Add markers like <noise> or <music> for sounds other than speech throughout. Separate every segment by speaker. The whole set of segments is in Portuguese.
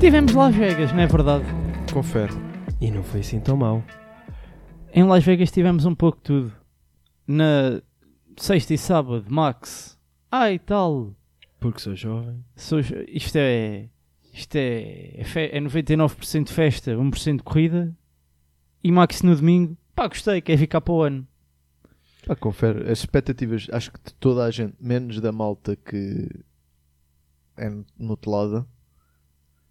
Speaker 1: Tivemos Las Vegas, não é verdade?
Speaker 2: Confere. E não foi assim tão mal.
Speaker 1: Em Las Vegas tivemos um pouco de tudo. Na sexta e sábado, Max. Ai, tal.
Speaker 2: Porque sou jovem.
Speaker 1: Sou jo- Isto é. Isto é. é fe- É 99% de festa, 1% de corrida. E Max no domingo. Pá, gostei, quer ficar para o ano.
Speaker 3: Pá, Ah, confere. As expectativas, acho que de toda a gente, menos da malta que é nutelada,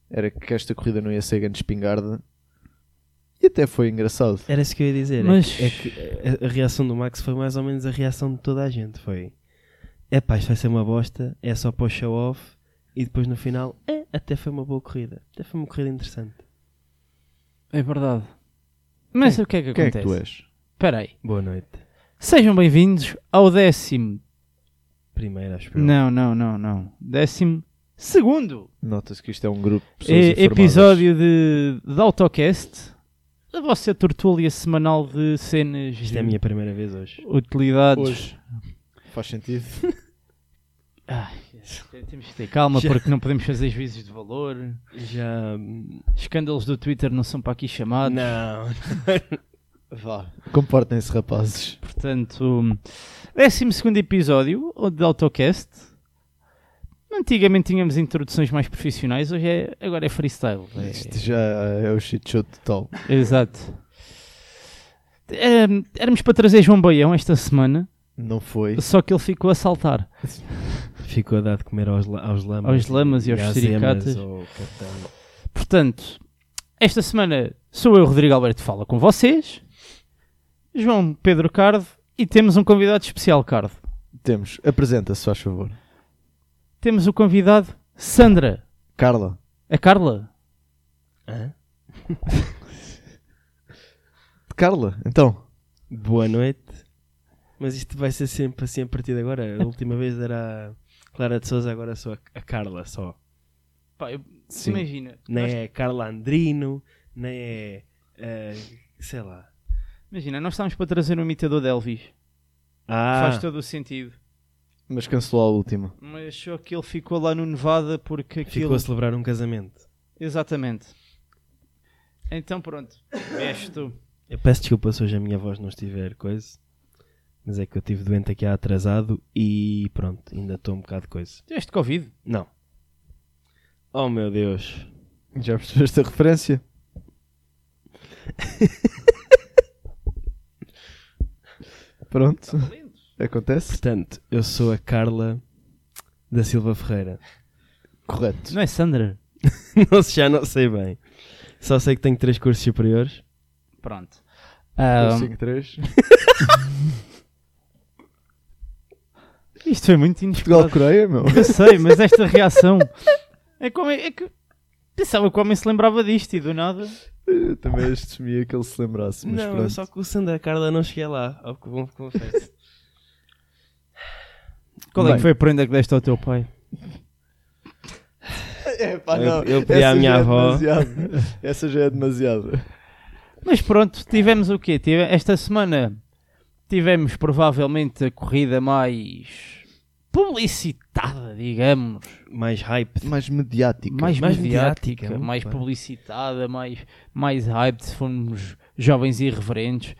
Speaker 3: era que esta corrida não ia ser grande espingarda. E até foi engraçado.
Speaker 2: Era isso que eu ia dizer. é
Speaker 1: Mas-
Speaker 2: que- É que, a, a reação do Max foi mais ou menos a reação de toda a gente. Foi. É pá, isto vai ser uma bosta. É só para o show off. E depois no final, é, até foi uma boa corrida. Até foi uma corrida interessante.
Speaker 1: É verdade. Mas o que é que
Speaker 3: Quem é
Speaker 1: acontece?
Speaker 3: que tu és?
Speaker 1: Espera aí.
Speaker 2: Boa noite.
Speaker 1: Sejam bem-vindos ao décimo.
Speaker 2: Primeira, acho eu.
Speaker 1: Não, não, não, não. Décimo segundo
Speaker 3: Nota-se que isto é um grupo de pessoas
Speaker 1: eh,
Speaker 3: informadas.
Speaker 1: episódio de, de Autocast. A vossa tertúlia semanal de cenas
Speaker 2: Isto é a minha primeira vez hoje.
Speaker 1: utilidades.
Speaker 3: Hoje. Faz sentido?
Speaker 1: Ai, temos que ter calma
Speaker 2: Já-
Speaker 1: porque não podemos fazer juízos de valor.
Speaker 2: Já. hum,
Speaker 1: Escândalos do Twitter não são para aqui chamados.
Speaker 2: Não.
Speaker 3: Vá. Comportem-se, rapazes.
Speaker 1: Portanto, 12 episódio de Autocast. Antigamente tínhamos introduções mais profissionais, hoje é, agora é freestyle. É-
Speaker 3: Isto já é o shit show total.
Speaker 1: Exato. Ehm, Éramos para trazer João Baião esta semana,
Speaker 3: Não foi.
Speaker 1: só que ele ficou a saltar.
Speaker 2: Ficou a dar de comer aos, la- aos lamas.
Speaker 1: Aos lamas e aos
Speaker 2: às
Speaker 1: suricatas.
Speaker 2: emas, ao capitão.
Speaker 1: Portanto, esta semana sou eu, Rodrigo Alberto, fala com vocês, João Pedro Cardo, e temos um convidado especial, Cardo.
Speaker 3: Temos. Apresenta-se, faz favor.
Speaker 1: Temos o convidado Sandra,
Speaker 3: Carla.
Speaker 1: a Carla.
Speaker 2: Hã?
Speaker 3: Carla, então.
Speaker 2: Boa noite. Mas isto vai ser sempre assim a partir de agora. A última vez era a Clara de Souza, agora sou a, a Carla só.
Speaker 1: Pá, eu-
Speaker 3: Sim.
Speaker 1: imagina,
Speaker 2: Nem
Speaker 1: nós-
Speaker 2: é Carla Andrino, nem é. eh, sei lá.
Speaker 1: imagina, nós estávamos para trazer um imitador de Elvis,
Speaker 2: Ah,
Speaker 1: faz todo o sentido,
Speaker 3: Mas cancelou a última.
Speaker 1: mas só que ele ficou lá no Nevada porque aquilo.
Speaker 2: ficou a celebrar um casamento.
Speaker 1: Exatamente. Então pronto, és tu.
Speaker 2: Eu peço desculpa se hoje a minha voz não estiver coisa. Mas é que eu estive doente aqui há atrasado e pronto, ainda estou um bocado coisa.
Speaker 1: Tiveste Covid?
Speaker 2: Não. Oh meu Deus.
Speaker 3: Já percebeste a referência?
Speaker 2: <laughs>
Speaker 3: Pronto,
Speaker 2: Tá
Speaker 3: acontece.
Speaker 2: Portanto, eu sou a Carla da Silva Ferreira.
Speaker 3: Correto.
Speaker 1: Não é Sandra?
Speaker 2: <laughs> Não sei, já não sei bem. Só sei que tenho três cursos superiores.
Speaker 1: Pronto.
Speaker 3: Um,
Speaker 1: Ahm,
Speaker 3: 5, 3.
Speaker 1: isto foi muito inesperado.
Speaker 3: Portugal-Coreia, meu.
Speaker 1: Eu sei, mas esta reação é como é, é que pensava que o homem se lembrava disto e do nada.
Speaker 3: Eu também assumia que ele se lembrasse, mas
Speaker 2: não,
Speaker 3: pronto.
Speaker 2: só que o Sandra Carla não cheguei lá, ao que bom confesso.
Speaker 1: Qual é
Speaker 3: Bem.
Speaker 1: que foi a prenda que deste ao teu pai?
Speaker 3: É, pá,
Speaker 2: Eu-
Speaker 3: não.
Speaker 2: eu pedi à
Speaker 3: Essa
Speaker 2: minha
Speaker 3: já é
Speaker 2: avó.
Speaker 3: demasiado. Essa já é demasiado.
Speaker 1: Mas pronto, tivemos o quê? Tive- Esta semana tivemos provavelmente a corrida mais publicitada, digamos.
Speaker 2: <laughs> Mais hype.
Speaker 3: Mais mediático.
Speaker 1: mais,
Speaker 2: mais
Speaker 1: mediática,
Speaker 2: mediática, muito
Speaker 1: mais
Speaker 2: bem.
Speaker 1: publicitada, mais, mais hyped, se formos jovens e irreverentes.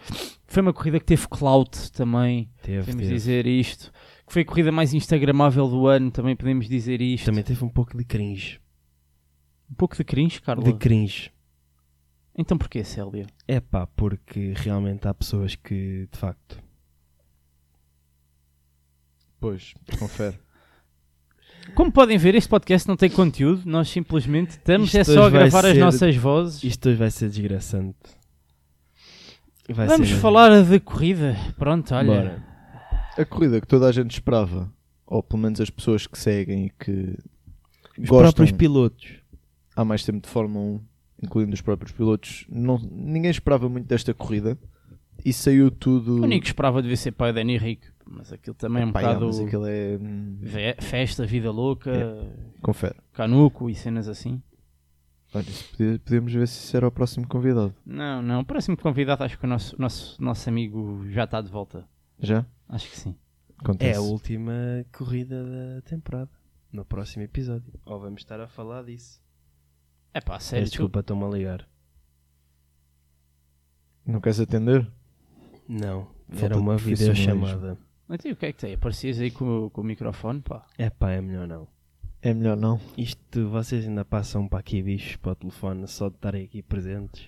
Speaker 1: Foi uma corrida que teve clout também,
Speaker 2: Teve,
Speaker 1: podemos
Speaker 2: teve.
Speaker 1: dizer isto. Que foi a corrida mais instagramável do ano, também podemos dizer isto.
Speaker 2: Também teve um pouco de cringe.
Speaker 1: Um pouco de cringe, Carla.
Speaker 2: De cringe.
Speaker 1: Então porquê, Célio?
Speaker 2: É pá, porque realmente há pessoas que, de facto.
Speaker 3: Pois, confere.
Speaker 1: Como podem ver, este podcast não tem conteúdo, nós simplesmente estamos é
Speaker 2: Isto
Speaker 1: só a
Speaker 2: hoje vai
Speaker 1: gravar as
Speaker 2: ser-
Speaker 1: nossas vozes.
Speaker 2: Isto hoje vai ser desgraçante. Vai
Speaker 1: Vamos
Speaker 2: ser mesmo.
Speaker 1: falar de corrida. Pronto, olha.
Speaker 2: Bora.
Speaker 3: A corrida que toda a gente esperava, ou pelo menos as pessoas que seguem e que
Speaker 2: Os
Speaker 3: gostam
Speaker 2: próprios pilotos.
Speaker 3: há mais tempo de Fórmula 1, incluindo os próprios pilotos, não, ninguém esperava muito desta corrida e saiu tudo.
Speaker 1: O único que esperava devia ser pai Dani Rico, mas aquilo também é um
Speaker 3: Pá, é,
Speaker 1: bocado
Speaker 3: mas aquilo é. hum,
Speaker 1: ve- festa, vida louca.
Speaker 2: É.
Speaker 3: Confere.
Speaker 1: Canuco e cenas assim.
Speaker 3: Olha, se podi- podemos ver se isso era o próximo convidado.
Speaker 1: Não, não. O próximo convidado acho que o nosso, nosso, nosso amigo já está de volta.
Speaker 3: Já?
Speaker 1: Acho que sim.
Speaker 2: É
Speaker 3: Acontece.
Speaker 2: a última corrida da temporada. No próximo episódio. Ou vamos estar a falar disso.
Speaker 1: É pá, sério.
Speaker 2: Peço
Speaker 1: tu-
Speaker 2: desculpa, estou-me a ligar.
Speaker 3: Não queres atender?
Speaker 2: Não,
Speaker 3: Falta
Speaker 2: era
Speaker 3: de
Speaker 2: uma videochamada.
Speaker 1: Então, e o que é que tem? Aparecias aí com, o- com o microfone, pá.
Speaker 2: É pá, é melhor não.
Speaker 3: É melhor não.
Speaker 2: Isto, vocês ainda passam para aqui bichos para o telefone só de estarem aqui presentes.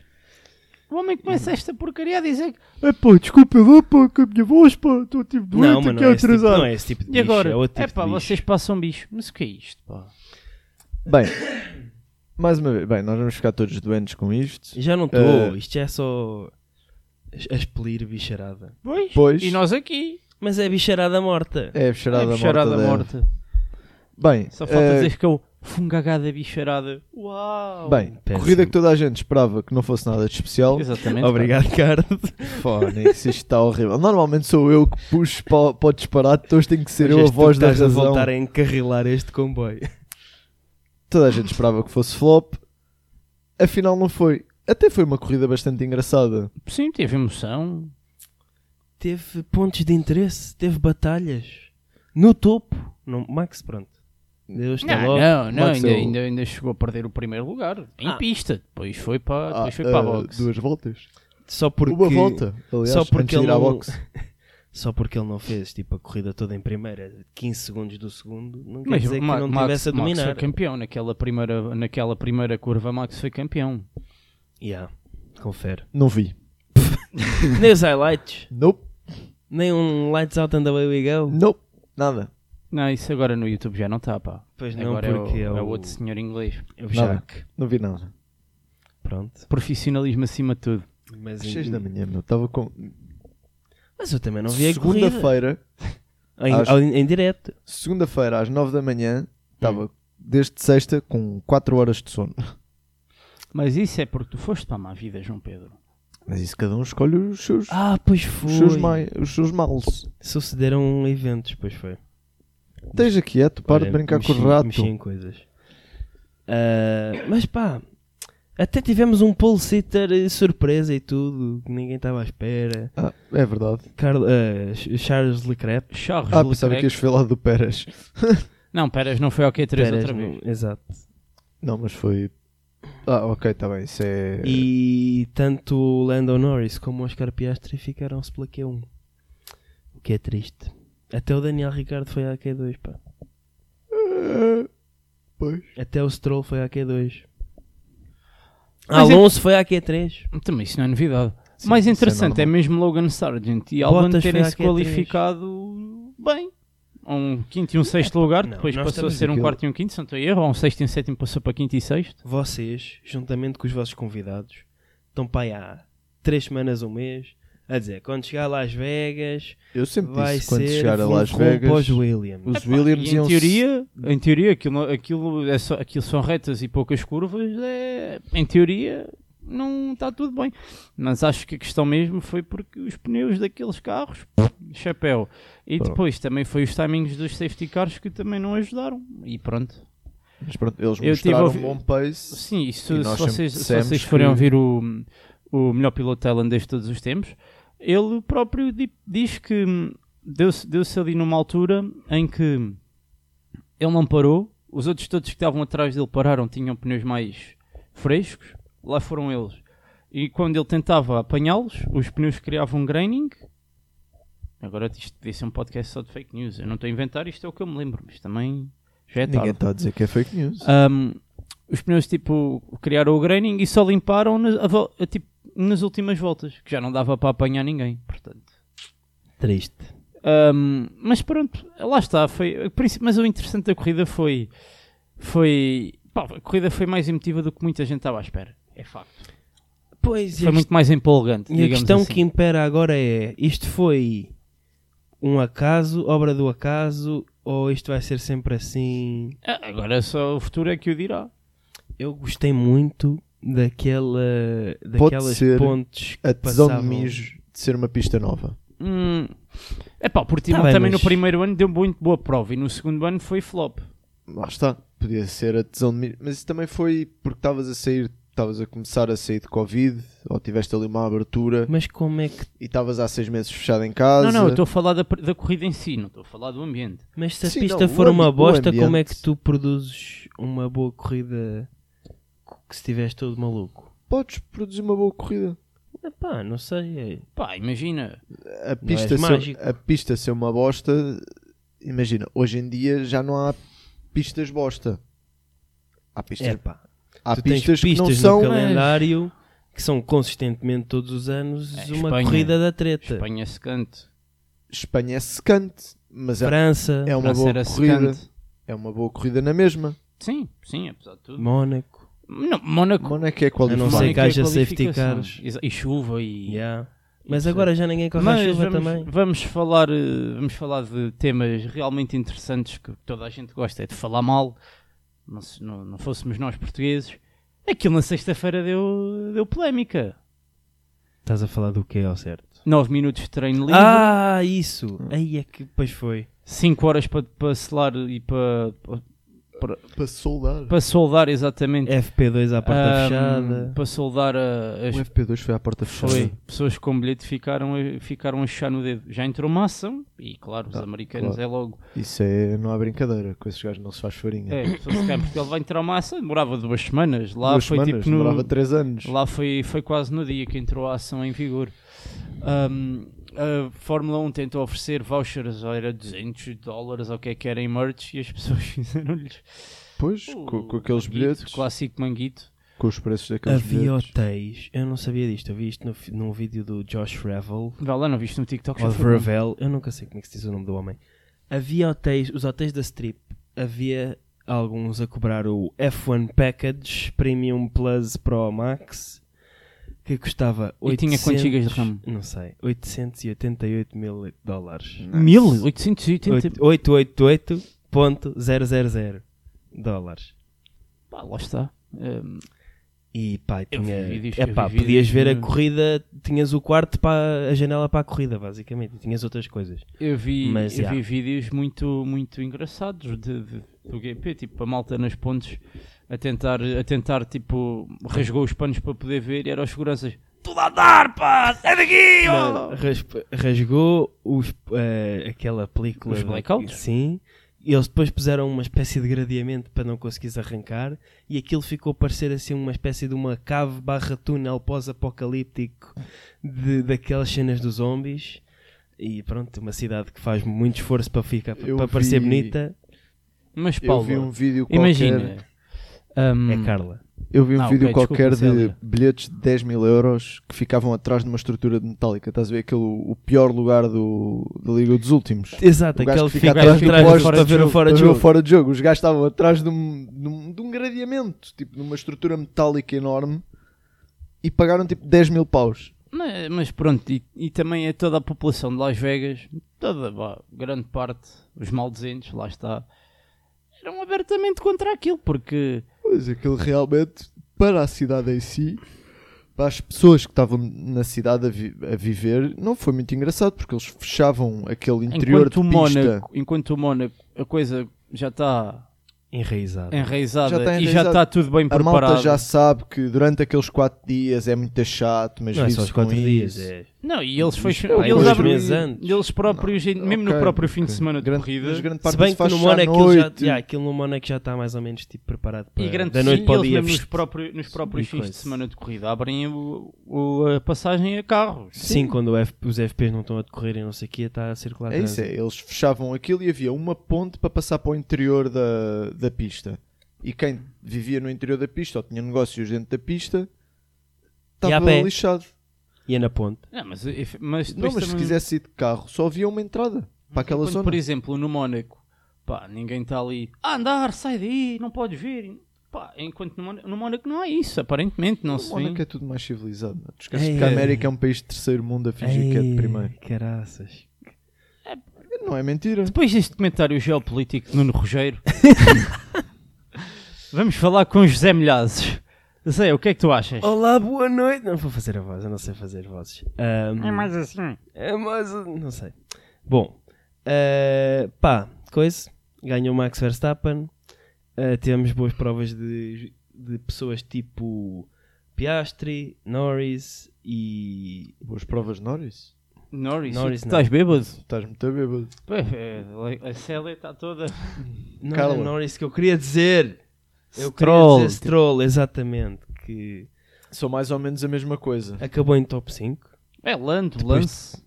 Speaker 1: O homem começa esta porcaria a dizer que.
Speaker 3: Uhum. É pá, desculpa lá, pá, com a minha voz, pá, estou tipo
Speaker 2: não,
Speaker 3: doente
Speaker 2: mas
Speaker 3: aqui
Speaker 2: não
Speaker 3: a
Speaker 2: é, esse tipo,
Speaker 3: atrasar.
Speaker 2: não é esse tipo de
Speaker 1: E
Speaker 2: bicho,
Speaker 1: agora?
Speaker 2: é outro tipo
Speaker 1: pá,
Speaker 2: de bicho.
Speaker 1: vocês passam bicho. Mas o que é isto, pá?
Speaker 3: Bem, mais uma vez, bem, nós vamos ficar todos doentes com isto.
Speaker 2: Já não estou,
Speaker 3: Eh,
Speaker 2: isto já é só a expelir bicharada.
Speaker 1: Pois.
Speaker 3: Pois.
Speaker 1: E nós aqui.
Speaker 2: Mas é bicharada morta.
Speaker 3: É a bicharada,
Speaker 1: é bicharada
Speaker 3: morta. dela.
Speaker 1: morta.
Speaker 3: Bem,
Speaker 1: Só falta
Speaker 3: eh,
Speaker 1: dizer que eu fungagada bicharada. Uau!
Speaker 3: bem
Speaker 2: Péssimo.
Speaker 3: corrida que toda a gente esperava que não fosse nada de especial.
Speaker 1: Exatamente. pá.
Speaker 2: Obrigado, Carlos.
Speaker 3: Fónix, isto está horrível. Normalmente sou eu que puxo para, para o disparate, então hoje tem que ser
Speaker 2: Hoje
Speaker 3: eu a
Speaker 2: és tu
Speaker 3: voz
Speaker 2: que
Speaker 3: da
Speaker 2: estás a
Speaker 3: razão.
Speaker 2: voltar a encarrilar este comboio.
Speaker 3: Toda a gente esperava que fosse flop, afinal não foi. Até foi uma corrida bastante engraçada.
Speaker 1: Sim, teve emoção.
Speaker 2: Teve pontos de interesse, teve batalhas. No topo. Não, Max, pronto. Deus está
Speaker 1: Não,
Speaker 2: logo.
Speaker 1: não, não
Speaker 3: Max,
Speaker 1: ainda,
Speaker 3: eu-
Speaker 1: ainda, ainda chegou a perder o primeiro lugar. Em
Speaker 2: Ah.
Speaker 1: pista. Depois foi para, depois foi
Speaker 3: Ah,
Speaker 1: para a
Speaker 3: ah,
Speaker 1: boxe.
Speaker 3: Duas voltas.
Speaker 2: Só porque,
Speaker 3: Uma volta, aliás,
Speaker 2: só porque
Speaker 3: antes de
Speaker 2: ele
Speaker 3: ir à
Speaker 2: não-
Speaker 3: boxe.
Speaker 2: <laughs> Só porque ele não fez tipo, a corrida toda em primeira, 15 segundos do segundo, não quer
Speaker 1: Mas
Speaker 2: dizer que
Speaker 1: Ma-
Speaker 2: não
Speaker 1: Max-
Speaker 2: tivesse a
Speaker 1: Max
Speaker 2: dominar.
Speaker 1: foi campeão. Naquela primeira, naquela primeira curva, Max foi campeão.
Speaker 2: Yeah, confere.
Speaker 3: Não vi.
Speaker 2: Nem os highlights,
Speaker 3: Nope,
Speaker 2: nem um lights out and away we go.
Speaker 3: nope, nada.
Speaker 1: Não, isso agora no YouTube já não está, pá.
Speaker 2: Pois não,
Speaker 1: agora
Speaker 2: porque
Speaker 1: é, o,
Speaker 2: é
Speaker 1: é
Speaker 2: o-
Speaker 1: o outro senhor inglês.
Speaker 2: Eu
Speaker 3: Nada.
Speaker 2: já que-
Speaker 3: Não vi nada.
Speaker 2: Pronto.
Speaker 1: Profissionalismo acima de tudo.
Speaker 2: Mas,
Speaker 3: Às 6 da manhã, meu. Estava com.
Speaker 2: mas eu também não vi a corrida.
Speaker 3: Segunda-feira,
Speaker 2: Em,
Speaker 3: Acho-
Speaker 2: ao- em direto.
Speaker 3: segunda-feira às 9 da manhã, estava
Speaker 2: Hum.
Speaker 3: desde sexta com 4 horas de sono.
Speaker 1: Mas isso é porque tu foste para a má vida, João Pedro.
Speaker 3: Mas isso cada um escolhe os seus,
Speaker 2: Ah, pois
Speaker 3: os seus,
Speaker 2: foi.
Speaker 3: mai, os seus males.
Speaker 2: Sucederam eventos, pois foi.
Speaker 3: Esteja quieto, é, para de brincar com o rato.
Speaker 2: Mexi em coisas. Ah, mas pá, até tivemos um pole sitter eh, surpresa e tudo, que ninguém estava à espera.
Speaker 3: Ah, é verdade.
Speaker 2: Carl- ah, Ch- Charles Leclerc.
Speaker 1: Charles
Speaker 3: Ah, pensava
Speaker 1: Leclerc.
Speaker 3: que ias falar do Pérez.
Speaker 1: Não, Pérez não foi ao Q3
Speaker 2: Pérez,
Speaker 1: outra vez.
Speaker 2: não- Exato.
Speaker 3: Não, mas foi. Ah, ok, está bem. Isso é.
Speaker 2: E tanto o Lando Norris como o Oscar Piastri ficaram-se pela Q1. O que é triste. Até o Daniel Ricardo foi à Q2, pá.
Speaker 3: Pois.
Speaker 2: Até o Stroll foi à Q2.
Speaker 1: Mas é-
Speaker 2: Alonso foi à Q3.
Speaker 1: Também isso não é novidade.
Speaker 3: Sim,
Speaker 1: Mais
Speaker 3: isso é
Speaker 1: interessante é,
Speaker 3: normal.
Speaker 1: mesmo Logan Sargent e Albon
Speaker 2: Bottas foi à
Speaker 1: terem-se
Speaker 2: Q3.
Speaker 1: qualificado bem. A Um quinto e um sexto lugar,
Speaker 2: não,
Speaker 1: depois
Speaker 2: nós
Speaker 1: passou a
Speaker 2: estamos
Speaker 1: ser um
Speaker 3: naquele-
Speaker 1: quarto e um quinto, se não estou em erro, ou um sexto e um sétimo passou para quinto e sexto.
Speaker 2: Vocês, juntamente com os vossos convidados, estão para aí há 3 semanas, um mês, a dizer, quando chegar a Las Vegas,
Speaker 3: Eu sempre
Speaker 2: vai
Speaker 3: disse
Speaker 2: ser
Speaker 3: quando chegar a Las
Speaker 2: ronron
Speaker 3: Vegas.
Speaker 2: pós Williams.
Speaker 3: Os
Speaker 1: Pá,
Speaker 3: Williams
Speaker 1: e em
Speaker 3: iam.
Speaker 1: teoria, em teoria aquilo, aquilo, é só, aquilo são retas e poucas curvas, é, em teoria não está tudo bem. Mas acho que a questão mesmo foi porque os pneus daqueles carros, chapéu. E
Speaker 3: Pronto.
Speaker 1: depois também foi os timings dos safety cars que também não ajudaram. E pronto.
Speaker 3: Mas pronto, eles
Speaker 1: Eu tive a
Speaker 3: mostraram
Speaker 1: ouvir-
Speaker 3: um bom pace.
Speaker 1: Sim, e se,
Speaker 3: E
Speaker 1: se
Speaker 3: nós sempre
Speaker 1: vocês, se
Speaker 3: dissemos
Speaker 1: vocês forem
Speaker 3: que-
Speaker 1: ouvir o, o melhor piloto tailandês de todos os tempos, ele próprio di- diz que hum, deu-se deu ali numa altura em que ele não parou, os outros todos que estavam atrás dele pararam, tinham pneus mais frescos, lá foram eles. E quando ele tentava apanhá-los, os pneus criavam um graining. Agora isto devia ser um podcast só de fake news. Eu não estou a inventar, isto é o que eu me lembro, mas também já é tarde.
Speaker 3: Ninguém está a dizer que é fake news.
Speaker 1: Um, os pneus tipo criaram o graining e só limparam na- a vo- a, tipo, nas últimas voltas, que já não dava para apanhar ninguém, portanto.
Speaker 2: Triste.
Speaker 1: Um, mas pronto, lá está, foi, mas o interessante da corrida foi foi, pá, a corrida foi mais emotiva do que muita gente estava à espera, é facto.
Speaker 2: Pois,
Speaker 1: Foi muito mais empolgante,
Speaker 2: E a
Speaker 1: digamos
Speaker 2: questão
Speaker 1: assim.
Speaker 2: que impera agora é: isto foi um acaso, obra do acaso, ou isto vai ser sempre assim?
Speaker 1: Ah, Agora só o futuro é que o dirá.
Speaker 2: Eu gostei muito daquela, daquelas
Speaker 3: ser
Speaker 2: pontes que
Speaker 3: A tesão de
Speaker 2: passavam.
Speaker 3: mijo de ser uma pista nova.
Speaker 1: Hum, é pá, o Portimão
Speaker 2: Tá bem,
Speaker 1: também
Speaker 2: mas-
Speaker 1: no primeiro ano deu muito boa prova e no segundo ano foi flop.
Speaker 3: Lá está. Podia ser a tesão de mijo. Mas isso também foi porque estavas a sair, estavas a começar a sair de Covid, ou tiveste ali uma abertura
Speaker 2: Mas como é que.
Speaker 3: e estavas há seis meses fechado em casa.
Speaker 1: Não, não, eu estou a falar da, da corrida em si, não estou a falar do ambiente.
Speaker 2: Mas se a
Speaker 3: Sim,
Speaker 2: pista
Speaker 3: não,
Speaker 2: for
Speaker 3: o ambi-
Speaker 2: uma
Speaker 3: o
Speaker 2: bosta, como é
Speaker 3: ambiente.
Speaker 2: que tu produzes uma boa corrida que se estiveres todo maluco?
Speaker 3: Podes produzir uma boa corrida.
Speaker 2: Epá, não sei. é,
Speaker 1: Pá, imagina.
Speaker 3: A pista, ser-
Speaker 2: mágico.
Speaker 3: a pista ser uma bosta, imagina, hoje em dia já não há pistas bosta. Há
Speaker 2: É,
Speaker 3: pistas,
Speaker 2: pá.
Speaker 3: há
Speaker 2: tu
Speaker 3: pistas,
Speaker 2: tens pistas
Speaker 3: que não
Speaker 2: no
Speaker 3: são.
Speaker 2: calendário que são consistentemente todos os anos
Speaker 1: É,
Speaker 2: uma
Speaker 1: Espanha.
Speaker 2: corrida da treta.
Speaker 1: Espanha secante.
Speaker 3: Espanha é secante, mas é,
Speaker 2: França,
Speaker 3: é uma
Speaker 1: França
Speaker 3: boa
Speaker 1: era
Speaker 3: corrida.
Speaker 1: secante.
Speaker 3: É uma boa corrida na mesma.
Speaker 1: Sim, sim, apesar de
Speaker 3: um-
Speaker 1: tudo.
Speaker 2: Mónaco.
Speaker 1: Não, Mónaco.
Speaker 3: Mónaco é
Speaker 2: A
Speaker 3: qualificado.
Speaker 2: não ser
Speaker 1: Mónaco
Speaker 2: que
Speaker 1: é
Speaker 2: haja safety
Speaker 1: qualificação.
Speaker 2: cars.
Speaker 1: Exa- E chuva e...
Speaker 2: Yeah. Mas
Speaker 1: Isso é.
Speaker 2: agora já ninguém corre
Speaker 1: Mas
Speaker 2: a chuva
Speaker 1: vamos,
Speaker 2: também.
Speaker 1: vamos falar, eh, vamos falar de temas realmente interessantes que toda a gente gosta, é de falar mal, não, se- não, não fôssemos nós portugueses. Aquilo na sexta-feira deu, deu polémica.
Speaker 2: Estás a falar do que ao certo?
Speaker 1: 9 minutos de treino livre,
Speaker 2: Ah, isso! Aí é que depois foi.
Speaker 1: 5 horas para, para selar e para,
Speaker 3: Para soldar.
Speaker 1: para soldar exatamente.
Speaker 2: FP2 à porta
Speaker 1: ahm,
Speaker 2: fechada.
Speaker 1: Para soldar a-
Speaker 3: O
Speaker 1: as
Speaker 3: FP2 foi à porta fechada.
Speaker 1: foi. pessoas com bilhete ficaram, a- ficaram a chá no dedo. Já entrou uma ação e claro, os
Speaker 3: Tá,
Speaker 1: americanos
Speaker 3: claro.
Speaker 1: é logo
Speaker 3: Isso é, não há brincadeira. Com esses gajos não se faz farinha.
Speaker 1: É, só se calhar porque ele vai entrar massa, demorava duas semanas. Lá
Speaker 3: Duas
Speaker 1: foi
Speaker 3: semanas,
Speaker 1: tipo no.
Speaker 3: demorava 3 anos.
Speaker 1: Lá foi, foi quase no dia que entrou a ação em vigor. Ahm, a Fórmula 1 tentou oferecer vouchers, ou era 200 dólares, ou o que é que era em merch, e as pessoas <laughs> fizeram-lhes.
Speaker 3: Depois,
Speaker 1: o
Speaker 3: co- com, aqueles
Speaker 1: manguito,
Speaker 3: bilhetes,
Speaker 1: Clássico manguito.
Speaker 3: com os preços daqueles
Speaker 2: Havia
Speaker 3: bilhetes.
Speaker 2: hotéis. Eu não sabia disto. Eu vi isto no, fi- num vídeo do Josh Revel.
Speaker 1: Vá lá, não viste no TikTok? já
Speaker 2: Ou
Speaker 1: foi bom.
Speaker 2: Ravel. Eu nunca sei como é que se diz o nome do homem. Havia hotéis. Os hotéis da Strip. Havia alguns a cobrar o F1 Package Premium Plus Pro Max. Que custava
Speaker 1: E
Speaker 2: 800,
Speaker 1: tinha quantos gigas de RAM?
Speaker 2: Não sei. 888 mil dólares.
Speaker 1: 1880.
Speaker 2: 888.000 dólares.
Speaker 1: Pá, lá está. Hum, Ahm,
Speaker 2: E pá,
Speaker 1: Eu
Speaker 2: tinha.
Speaker 1: vi vídeos,
Speaker 2: É
Speaker 1: eu
Speaker 2: pá,
Speaker 1: vi vídeos
Speaker 2: podias ver a
Speaker 1: de-
Speaker 2: corrida, tinhas o quarto para a janela para a corrida, basicamente, e tinhas outras coisas.
Speaker 1: Eu vi,
Speaker 2: Mas,
Speaker 1: eu
Speaker 2: yeah.
Speaker 1: vi vídeos muito, muito engraçados de, de- do GP, tipo a malta nas pontes a tentar, a tentar tipo, rasgou os panos para poder ver e era os seguranças. Tudo a dar, pá! Sai daqui!
Speaker 2: Mano,
Speaker 1: ó!
Speaker 2: rasp- rasgou os, eh, aquela película.
Speaker 1: Os
Speaker 2: da-
Speaker 1: blackouts?
Speaker 2: Sim. E eles depois puseram uma espécie de gradeamento para não conseguires arrancar, e aquilo ficou a parecer assim uma espécie de uma cave barra túnel pós-apocalíptico de- daquelas cenas dos zombies. E pronto, uma cidade que faz muito esforço para, ficar, para
Speaker 3: Eu
Speaker 2: parecer
Speaker 3: vi-
Speaker 2: bonita
Speaker 1: Mas
Speaker 3: Eu
Speaker 1: Paulo,
Speaker 3: vi um vídeo qualquer,
Speaker 1: imagina. Hum, ahm,
Speaker 2: é Carla.
Speaker 3: eu vi um
Speaker 1: Ah, ok,
Speaker 3: vídeo
Speaker 1: desculpa,
Speaker 3: qualquer de
Speaker 1: Célia.
Speaker 3: bilhetes de 10 mil euros que ficavam atrás de uma estrutura de metálica. Estás a ver aquele, o pior lugar do, da Liga dos Últimos.
Speaker 2: Exato,
Speaker 3: O gajo
Speaker 2: aquele
Speaker 3: que
Speaker 2: que
Speaker 3: fica
Speaker 2: fica
Speaker 1: atrás
Speaker 2: atrás
Speaker 1: do
Speaker 2: do
Speaker 1: poste
Speaker 2: para ver o fora de
Speaker 3: Para ver o
Speaker 2: jogo.
Speaker 3: fora de jogo. Os gajos estavam atrás de um, de um, de um gradeamento, tipo de uma estrutura metálica enorme e pagaram tipo 10 mil paus.
Speaker 1: mas, mas pronto, e, e também é toda a população de Las Vegas, toda, vá, grande parte, os maldizentes, lá está, eram abertamente contra aquilo, porque
Speaker 3: Pois aquilo realmente, para a cidade em si, para as pessoas que estavam na cidade a, vi- a viver, não foi muito engraçado porque eles fechavam aquele interior
Speaker 1: enquanto o,
Speaker 3: de pista.
Speaker 1: Mónaco, enquanto o Mónaco a coisa já está
Speaker 2: Enraizado.
Speaker 1: É. enraizada,
Speaker 3: Já está
Speaker 1: e já está
Speaker 2: tá
Speaker 3: enraizada.
Speaker 1: tudo bem
Speaker 3: A malta
Speaker 1: preparado.
Speaker 3: já sabe que durante aqueles 4 dias é muito chato, mas
Speaker 2: Não é
Speaker 3: vive
Speaker 2: só os 4 dias, é
Speaker 1: Não, e eles fecham.
Speaker 3: Não,
Speaker 1: Eles,
Speaker 3: dois
Speaker 1: abrem-
Speaker 2: meses antes.
Speaker 1: eles próprios, em- mesmo no próprio fim de semana de corrida.
Speaker 3: Mas grande
Speaker 2: Se
Speaker 3: parte
Speaker 2: bem que
Speaker 3: faz
Speaker 2: no
Speaker 3: já à
Speaker 2: Mónaco aquilo, já-
Speaker 3: noite.
Speaker 2: já, aquilo no Mónaco já está mais ou menos tipo, preparado para
Speaker 1: E grande
Speaker 2: da noite
Speaker 1: sim,
Speaker 2: para o
Speaker 1: eles
Speaker 2: dia.
Speaker 1: mesmo nos
Speaker 2: vest-
Speaker 1: próprios, nos próprios
Speaker 2: e
Speaker 1: fins de
Speaker 2: coisa.
Speaker 1: semana de corrida abrem o- o- a passagem a carros.
Speaker 2: Sim, quando o F- os FPs não estão a decorrer e não sei o que, está a circular.
Speaker 3: É isso, é, eles fechavam aquilo e havia uma ponte para passar para o interior da, da pista. E quem vivia no interior da pista ou tinha negócios dentro da pista
Speaker 2: Ia a
Speaker 3: estava
Speaker 2: pé.
Speaker 3: lixado.
Speaker 2: E é na ponte.
Speaker 1: Não, mas if- mas,
Speaker 3: Não,
Speaker 1: depois
Speaker 3: mas se
Speaker 1: também-
Speaker 3: quisesse ir de carro, só havia uma entrada para aquela
Speaker 1: quando,
Speaker 3: zona.
Speaker 1: Por exemplo, no Mónaco, pá, ninguém está ali a andar, sai daí, não podes vir. Pá, enquanto no Mónaco, no Mónaco não é isso, aparentemente, não
Speaker 3: o
Speaker 1: se vê.
Speaker 3: Mónaco é tudo mais civilizado. mano. Tu esqueces
Speaker 2: Ei.
Speaker 3: que a América é um país de terceiro mundo a fingir que é de primeiro.
Speaker 2: Caraças.
Speaker 3: Não é mentira.
Speaker 1: Depois deste comentário geopolítico de Nuno
Speaker 2: <laughs>
Speaker 1: Rogério, vamos falar com José Milhazes. Zé, o que é que tu achas?
Speaker 2: Olá, boa noite. Não vou fazer a voz, eu não sei fazer vozes. Ahm,
Speaker 1: assim.
Speaker 2: É mais. Não sei. Bom, eh, pá, coisa. Ganhou Max Verstappen. Eh, tivemos boas provas de, de pessoas tipo Piastri, Norris e.
Speaker 3: Boas provas, Norris.
Speaker 1: Norris,
Speaker 2: Norris,
Speaker 1: tu estás bêbado?
Speaker 3: Estás muito a bêbado.
Speaker 1: Pô, é, A Célia está toda.
Speaker 2: Não
Speaker 3: Carla.
Speaker 2: era Norris que eu queria dizer. Eu
Speaker 1: Stroll,
Speaker 2: queria dizer
Speaker 1: tipo-
Speaker 2: Stroll, exatamente, que
Speaker 3: São mais ou menos a mesma coisa.
Speaker 2: acabou em top 5.
Speaker 1: É Lando,
Speaker 2: assim, Depois-
Speaker 1: Lance.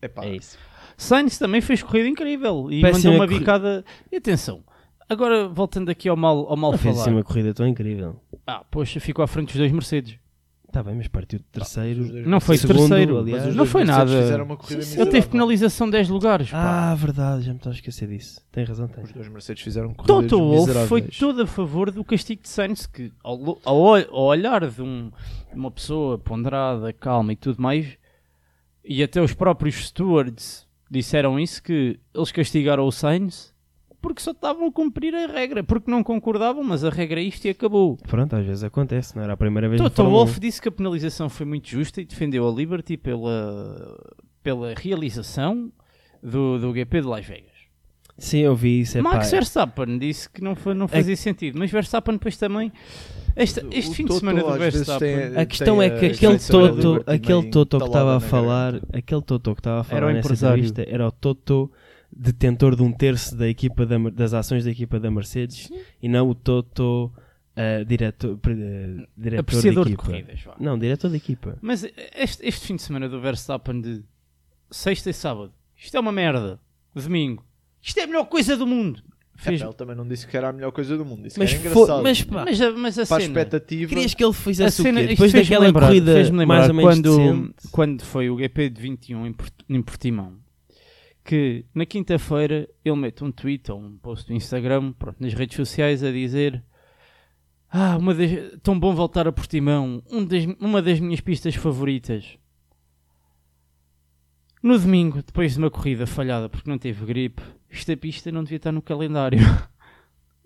Speaker 3: Epá,
Speaker 1: É
Speaker 2: isso.
Speaker 1: Sainz também fez corrida incrível e mandou
Speaker 2: Péssima
Speaker 1: uma
Speaker 2: corrida.
Speaker 1: bicada. E atenção, agora voltando aqui ao mal, ao mal
Speaker 2: Ele fez
Speaker 1: falar.
Speaker 2: assim uma corrida tão incrível.
Speaker 1: Ah, poxa, ficou à frente dos dois Mercedes.
Speaker 2: Está bem, mas partiu de terceiro.
Speaker 3: os dois-
Speaker 1: Não foi
Speaker 2: Segundo,
Speaker 1: terceiro,
Speaker 2: aliás.
Speaker 1: não foi
Speaker 3: Mercedes
Speaker 1: nada.
Speaker 3: Fizeram uma corrida
Speaker 2: Sim, sim.
Speaker 1: Ele
Speaker 3: miserável.
Speaker 1: teve penalização de 10 lugares. pá.
Speaker 2: Ah, verdade, já me estava a esquecer disso. Tem razão, tem.
Speaker 3: Os dois Mercedes fizeram corridas
Speaker 1: Toto Wolff
Speaker 3: miseráveis.
Speaker 1: foi todo a favor do castigo de Sainz, que ao, lo- ao ol- ao olhar de um- de uma pessoa ponderada, calma e tudo mais, e até os próprios stewards disseram isso, que eles castigaram o Sainz porque só estavam a cumprir a regra, porque não concordavam, mas a regra é isto e acabou.
Speaker 2: Pronto, às vezes acontece, não era a primeira vez na
Speaker 1: Toto
Speaker 2: Fórmula um.
Speaker 1: Wolff disse que a penalização foi muito justa e defendeu a Liberty pela, pela realização do, do GP de Las Vegas.
Speaker 2: 1. Sim, eu vi isso. é epá, É
Speaker 1: Max Verstappen disse que não, foi, não fazia sentido, mas Verstappen depois também. Esta,
Speaker 3: O
Speaker 1: este fim
Speaker 3: Toto
Speaker 1: de semana do
Speaker 3: às vezes
Speaker 1: Verstappen
Speaker 3: tem-
Speaker 2: A questão
Speaker 3: tem
Speaker 2: é que
Speaker 3: a
Speaker 2: aquele
Speaker 3: direita da
Speaker 2: Toto,
Speaker 3: Liberty
Speaker 2: aquele
Speaker 3: meio
Speaker 2: Toto que estava
Speaker 3: entalada
Speaker 2: a
Speaker 3: tá na
Speaker 2: falar,
Speaker 3: garganta.
Speaker 2: aquele Toto que estava a falar
Speaker 1: Era o
Speaker 2: nessa
Speaker 1: empresário.
Speaker 2: entrevista era o Toto detentor de um terço da equipa da Mer- das ações da equipa da Mercedes e não o Toto ah, diretor, pre- ah, diretor
Speaker 1: apreciador
Speaker 2: de
Speaker 1: de
Speaker 2: equipa.
Speaker 1: corridas. vá.
Speaker 2: Não, diretor da equipa.
Speaker 1: Mas este, este fim de semana do Verstappen de sexta e sábado, isto é uma merda. Domingo, isto é a melhor coisa do mundo. Fez,
Speaker 3: Ele também não disse que era a melhor coisa do mundo. Disse
Speaker 2: Mas,
Speaker 3: que era
Speaker 2: fo-
Speaker 3: engraçado. Tipo,
Speaker 2: mas pá,
Speaker 1: mas a, mas a
Speaker 3: para a
Speaker 1: cena.
Speaker 3: expectativa.
Speaker 2: querias que ele
Speaker 1: A
Speaker 2: fizesse
Speaker 1: cena,
Speaker 2: o quê?
Speaker 1: isto
Speaker 2: Depois
Speaker 1: fez-me
Speaker 2: daquela
Speaker 1: lembrar-
Speaker 2: corrida
Speaker 1: fez-me lembrar
Speaker 2: mais ou menos
Speaker 1: quando,
Speaker 2: decente?
Speaker 1: quando foi o GP de 21 em Port- em Portimão, que na quinta-feira ele mete um tweet ou um post no Instagram, pronto, nas redes sociais a dizer Ah, uma das- tão bom voltar a Portimão, um das- uma das minhas pistas favoritas. No domingo, depois de uma corrida falhada porque não teve gripe, esta pista não devia estar no calendário.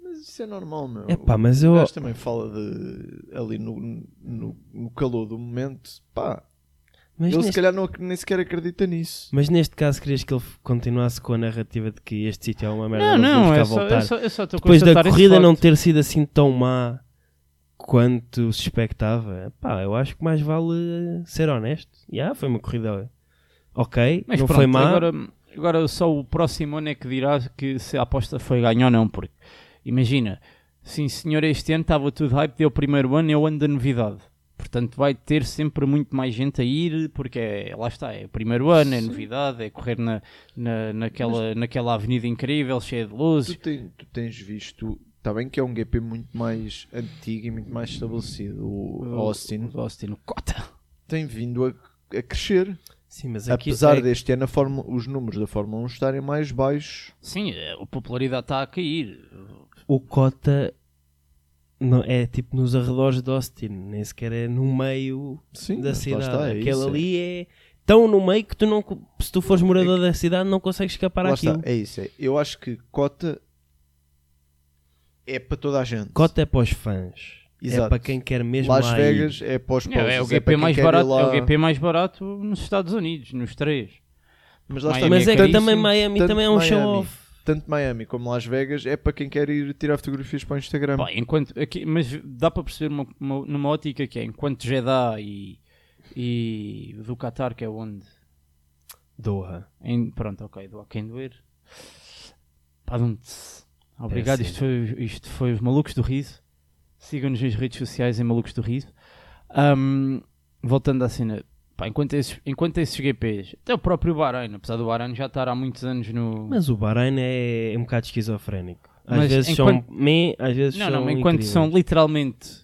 Speaker 3: Mas isso é normal, meu.
Speaker 2: Epá, mas eu
Speaker 3: O gajo também fala de ali no, no, no calor do momento. Pá,
Speaker 2: mas
Speaker 3: ele
Speaker 2: neste,
Speaker 3: se calhar não, ac- nem sequer acredita nisso.
Speaker 2: mas neste caso querias que ele f- continuasse com a narrativa de que este sítio é uma merda,
Speaker 1: Não,
Speaker 2: vamos
Speaker 1: não,
Speaker 2: cá
Speaker 1: é só,
Speaker 2: voltar.
Speaker 1: eu só, eu só estou a
Speaker 2: depois da
Speaker 1: constatar esse
Speaker 2: corrida
Speaker 1: facto.
Speaker 2: não ter sido assim tão má quanto se expectava, pá, eu acho que mais vale eh, ser honesto. Já foi uma corrida ok,
Speaker 1: Mas
Speaker 2: não
Speaker 1: pronto,
Speaker 2: foi má.
Speaker 1: Agora, agora só o próximo ano é que dirá que se a aposta foi ganha ou não, porque imagina, sim senhor, este ano estava tudo hype, deu o primeiro ano, é o ano da novidade. Portanto, vai ter sempre muito mais gente a ir, porque é- lá está, é o primeiro ano, é novidade, é correr na, na, naquela, naquela avenida incrível, cheia de
Speaker 3: Tu,
Speaker 1: luzes.
Speaker 3: ten- tu tens visto. Está bem que é um GP muito mais antigo e muito mais estabelecido. O Austin
Speaker 1: O Austin, o Cota.
Speaker 3: tem vindo a, a crescer.
Speaker 2: Sim, mas aqui
Speaker 3: Apesar
Speaker 2: é-
Speaker 3: deste ano a Fórmula- os números da Fórmula 1 estarem mais baixos.
Speaker 1: Sim, é, a popularidade está a cair.
Speaker 2: o Cota não, é tipo nos arredores de Austin, nem sequer é no meio
Speaker 3: Sim,
Speaker 2: da
Speaker 3: mas lá
Speaker 2: cidade.
Speaker 3: está, é
Speaker 2: Aquele
Speaker 3: isso, é.
Speaker 2: ali é tão no meio que tu não, co- se tu fores morador da cidade não consegues escapar
Speaker 3: Lá
Speaker 2: àquilo.
Speaker 3: está, é isso. é. Eu acho que cota é para toda a gente.
Speaker 2: Cota é para os fãs. É
Speaker 3: Exato.
Speaker 2: para quem quer mesmo
Speaker 3: Las
Speaker 2: lá ir.
Speaker 3: Vegas é para os
Speaker 1: É,
Speaker 3: pobres,
Speaker 1: o
Speaker 3: para
Speaker 1: GP
Speaker 3: quem
Speaker 1: mais
Speaker 3: quer ir
Speaker 1: barato,
Speaker 3: lá.
Speaker 1: é o GP mais barato nos Estados Unidos, nos três.
Speaker 3: Mas, lá está,
Speaker 1: Miami
Speaker 2: Mas é
Speaker 1: é
Speaker 2: que
Speaker 1: caríssimo,
Speaker 2: também Miami
Speaker 3: tanto
Speaker 2: também é um
Speaker 3: Miami.
Speaker 2: show-off.
Speaker 3: Tanto Miami como Las Vegas é para quem quer ir tirar fotografias para o Instagram.
Speaker 1: Pá, enquanto, aqui- mas dá para perceber uma- uma- numa ótica que é enquanto Jeddah e, e do Qatar, que é onde?
Speaker 2: Doha.
Speaker 1: Em- pronto, ok, do Aquém doer. Padum-se. Obrigado,
Speaker 2: É assim.
Speaker 1: isto, foi, isto foi os Malucos do Riso. Sigam-nos nas redes sociais em Malucos do Riso. Ahm, voltando à cena, pá, enquanto, esses, enquanto esses GPs, até o próprio Bahrein, apesar do Bahrein já estar há muitos anos no.
Speaker 2: Mas o Bahrein é um bocado esquizofrénico. Às
Speaker 1: Mas
Speaker 2: vezes
Speaker 1: enquanto-
Speaker 2: são meh, às vezes
Speaker 1: não,
Speaker 2: são
Speaker 1: não, enquanto
Speaker 2: incríveis.
Speaker 1: são literalmente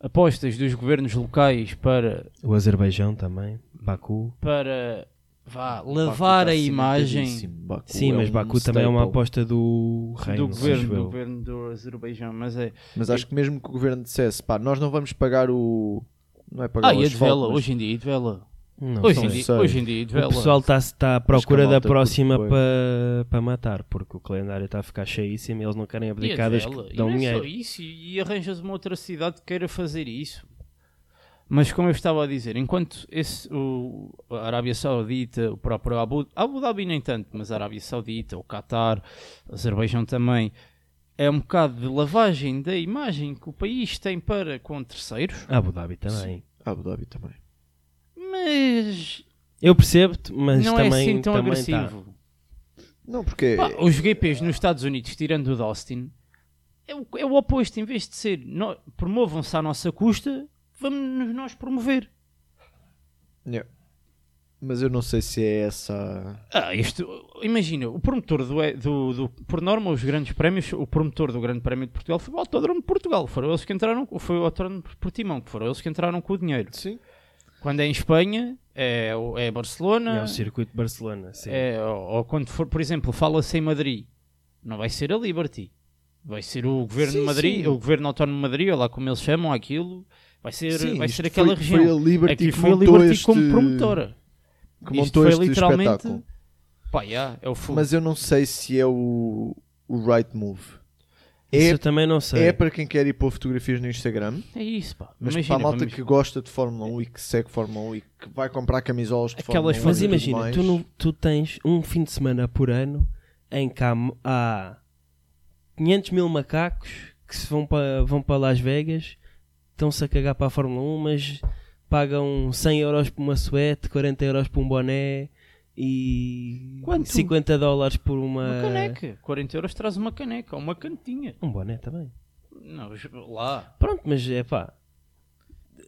Speaker 1: apostas dos governos locais para
Speaker 2: O Azerbaijão também, Baku.
Speaker 1: para vá,
Speaker 3: Baku
Speaker 1: lavar
Speaker 3: está
Speaker 1: a
Speaker 3: cimentadíssimo.
Speaker 1: imagem
Speaker 3: Baku
Speaker 2: Sim,
Speaker 3: é
Speaker 2: mas
Speaker 3: um
Speaker 2: Baku também é uma
Speaker 3: staple.
Speaker 2: aposta do reino.
Speaker 1: do governo,
Speaker 2: acho eu.
Speaker 1: do governo do Azerbaijão, mas é
Speaker 3: Mas acho que mesmo que o governo dissesse, pá, nós não vamos pagar o. Não é pagar
Speaker 1: Ah,
Speaker 3: o
Speaker 1: e a
Speaker 3: asfalto,
Speaker 1: devela,
Speaker 3: mas-
Speaker 1: hoje em dia, e devela.
Speaker 2: Não
Speaker 1: Hoje
Speaker 2: sei.
Speaker 1: em
Speaker 3: não
Speaker 1: dia,
Speaker 3: sei.
Speaker 1: hoje em dia, e devela.
Speaker 2: O pessoal está tá à procura
Speaker 3: Acho que a
Speaker 2: da
Speaker 3: malta
Speaker 2: próxima
Speaker 3: curte
Speaker 2: para para matar, porque o calendário está a ficar cheíssimo e eles não querem
Speaker 1: e a
Speaker 2: abdicar das
Speaker 1: devela.
Speaker 2: que
Speaker 1: E
Speaker 2: dão
Speaker 1: não é só
Speaker 2: dinheiro.
Speaker 1: isso, e arranjas uma outra cidade que queira fazer isso. Mas como eu estava a dizer, enquanto esse, o, a Arábia Saudita, o próprio Abu, Abu Dhabi nem tanto, mas a Arábia Saudita, o Qatar, o Azerbaijão também, é um bocado de lavagem da imagem que o país tem para com terceiros.
Speaker 2: Ah, Abu Dhabi também.
Speaker 3: Abu Dhabi também.
Speaker 1: Mas
Speaker 2: Eu percebo-te, mas
Speaker 1: não é
Speaker 2: também
Speaker 1: assim tão
Speaker 2: também tá.
Speaker 1: agressivo.
Speaker 3: Não, porque.
Speaker 1: Pá, os GPs nos Estados Unidos, tirando o de Austin, é o, é o oposto. Em vez de ser nó- promovam-se à nossa custa, vamos nós promover.
Speaker 3: Yeah. é, Mas eu não sei se é essa.
Speaker 1: Ah, isto, imagina, o promotor do, E- do, do- Por norma, os grandes prémios, o promotor do Grande Prémio de Portugal foi o Autódromo de Portugal. Foram eles que entraram. Foi o Autódromo de Portimão, que foram eles que entraram com o dinheiro.
Speaker 3: Sim.
Speaker 1: Quando é em Espanha, é, o- é Barcelona.
Speaker 2: É o circuito de Barcelona, sim.
Speaker 1: É, ou, ou quando for, por exemplo, fala-se em Madrid, não vai ser a Liberty, vai ser o governo
Speaker 3: Sim,
Speaker 1: de Madrid,
Speaker 3: sim.
Speaker 1: o governo autónomo de Madrid, ou lá como eles chamam aquilo, vai ser,
Speaker 3: Sim,
Speaker 1: vai
Speaker 3: isto
Speaker 1: ser aquela
Speaker 3: foi,
Speaker 1: região.
Speaker 3: Foi a Liberty
Speaker 1: Aqui
Speaker 3: que
Speaker 1: foi a
Speaker 3: montou
Speaker 1: Liberty
Speaker 3: este,
Speaker 1: como promotora.
Speaker 3: Que
Speaker 1: Isto
Speaker 3: montou
Speaker 1: foi
Speaker 3: este
Speaker 1: literalmente-
Speaker 3: espetáculo.
Speaker 1: Pá, yeah, é o fogo.
Speaker 3: Mas eu não sei se é o, o right move.
Speaker 2: Isso
Speaker 3: É,
Speaker 2: eu também não sei.
Speaker 3: é para quem quer ir pôr fotografias no Instagram,
Speaker 1: É isso, pá.
Speaker 3: mas
Speaker 1: imagina,
Speaker 3: para a malta
Speaker 1: vamos-
Speaker 3: que gosta de Fórmula 1 e que segue Fórmula 1 e que vai comprar camisolas de
Speaker 1: Aquelas
Speaker 3: Fórmula 1.
Speaker 2: Mas
Speaker 3: e tudo
Speaker 2: imagina,
Speaker 3: mais,
Speaker 2: tu, não- tu tens um fim de semana por ano em que há, há 500 mil macacos que se vão para, vão para Las Vegas, estão-se a cagar para a Fórmula 1, mas pagam 100 euros por uma suéte, 40 euros por um boné e
Speaker 1: Quanto?
Speaker 2: 50 dólares por
Speaker 1: Uma
Speaker 2: uma...
Speaker 1: caneca, 40 euros traz uma caneca, ou uma cantinha.
Speaker 2: Um boné também.
Speaker 1: Não, lá.
Speaker 2: Pronto, mas é pá...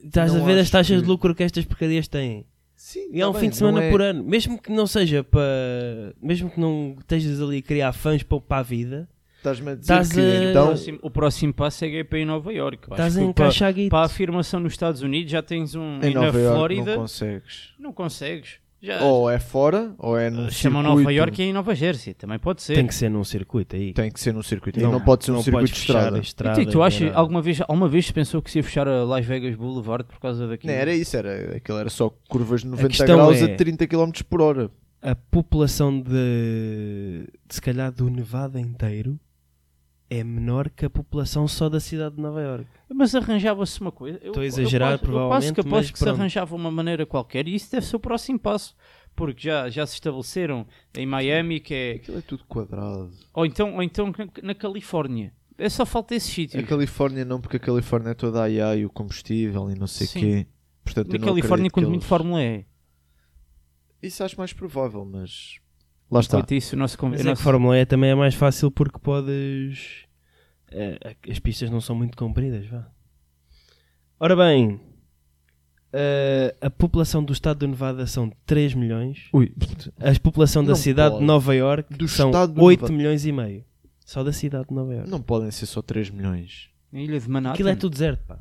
Speaker 2: Estás
Speaker 3: Não
Speaker 2: a ver as
Speaker 3: acho
Speaker 2: taxas
Speaker 3: que-
Speaker 2: de lucro que estas porcarias têm.
Speaker 3: Sim,
Speaker 2: E é um
Speaker 3: tá
Speaker 2: fim
Speaker 3: bem,
Speaker 2: de semana
Speaker 3: não é-
Speaker 2: por ano, mesmo que não seja para. Mesmo que não estejas ali a criar fãs para, para a vida,
Speaker 3: Estás-me a dizer
Speaker 2: Estás
Speaker 3: que
Speaker 2: a-
Speaker 1: O
Speaker 3: então
Speaker 1: próximo, o próximo passo é GP em Nova Iorque.
Speaker 2: estás a
Speaker 1: Acho que para,
Speaker 2: encaixar guito.
Speaker 1: para a afirmação nos Estados Unidos já tens um.
Speaker 3: em
Speaker 1: e na
Speaker 3: Nova Iorque
Speaker 1: Flórida
Speaker 3: não consegues.
Speaker 1: não consegues. Já,
Speaker 3: Ou é fora, ou é no
Speaker 1: Chamam Ah,
Speaker 3: circuito.
Speaker 1: eh, Nova York e é em Nova Jersey, também pode ser.
Speaker 2: um Tem que ser num circuito aí.
Speaker 3: é Tem que ser num circuito.
Speaker 2: Não-
Speaker 3: e não pode ser num
Speaker 2: não
Speaker 3: circuito
Speaker 2: podes
Speaker 3: de
Speaker 2: fechar
Speaker 3: estrada.
Speaker 2: a
Speaker 1: E
Speaker 2: estrada
Speaker 1: tu, tu achas,
Speaker 2: nem nada.
Speaker 1: alguma vez, alguma vez se pensou que se ia fechar a Las Vegas Boulevard por causa daquilo?
Speaker 3: Não, era isso, era, aquilo era só curvas de 90
Speaker 2: questão
Speaker 3: graus
Speaker 2: é-
Speaker 3: a 30 km por hora.
Speaker 2: A população de. de se calhar do Nevada inteiro é menor que a população só da cidade de Nova Iorque.
Speaker 1: Mas arranjava-se uma coisa. Eu-
Speaker 2: Estou a exagerar,
Speaker 1: eu quase- Eu quase
Speaker 2: provavelmente,
Speaker 1: que aposto
Speaker 2: mas
Speaker 1: que se
Speaker 2: pronto.
Speaker 1: arranjava uma maneira qualquer e isso deve ser o próximo passo. Porque já, já se estabeleceram em Miami, que é.
Speaker 3: Aquilo é tudo quadrado.
Speaker 1: Ou então, ou então na- na Califórnia. É só falta esse sítio.
Speaker 3: A Califórnia não, porque a Califórnia é toda a IA e o combustível e não sei o
Speaker 1: Sim.
Speaker 3: quê. Portanto,
Speaker 1: Na
Speaker 3: eu não acredito
Speaker 1: Califórnia,
Speaker 3: que
Speaker 1: quando
Speaker 3: eles-
Speaker 1: muito Fórmula E.
Speaker 3: Isso acho mais provável, mas... tipo- Lá está.
Speaker 1: Enquanto isso, o nosso conv- o
Speaker 2: Mas é que
Speaker 1: nosso-
Speaker 2: Fórmula E também é mais fácil porque podes. eh, As pistas não são muito compridas, vá. Ora bem, eh, a população do estado do Nevada são 3 milhões.
Speaker 3: Ui,
Speaker 2: A população da
Speaker 3: Não
Speaker 2: cidade
Speaker 3: pode.
Speaker 2: de Nova Iorque
Speaker 3: Do
Speaker 2: são
Speaker 3: estado do
Speaker 2: 8
Speaker 3: Nevada.
Speaker 2: milhões e meio. Só da cidade de Nova Iorque.
Speaker 3: não podem ser só 3 milhões.
Speaker 1: A ilha de Manhattan.
Speaker 2: Aquilo é tudo deserto, pá.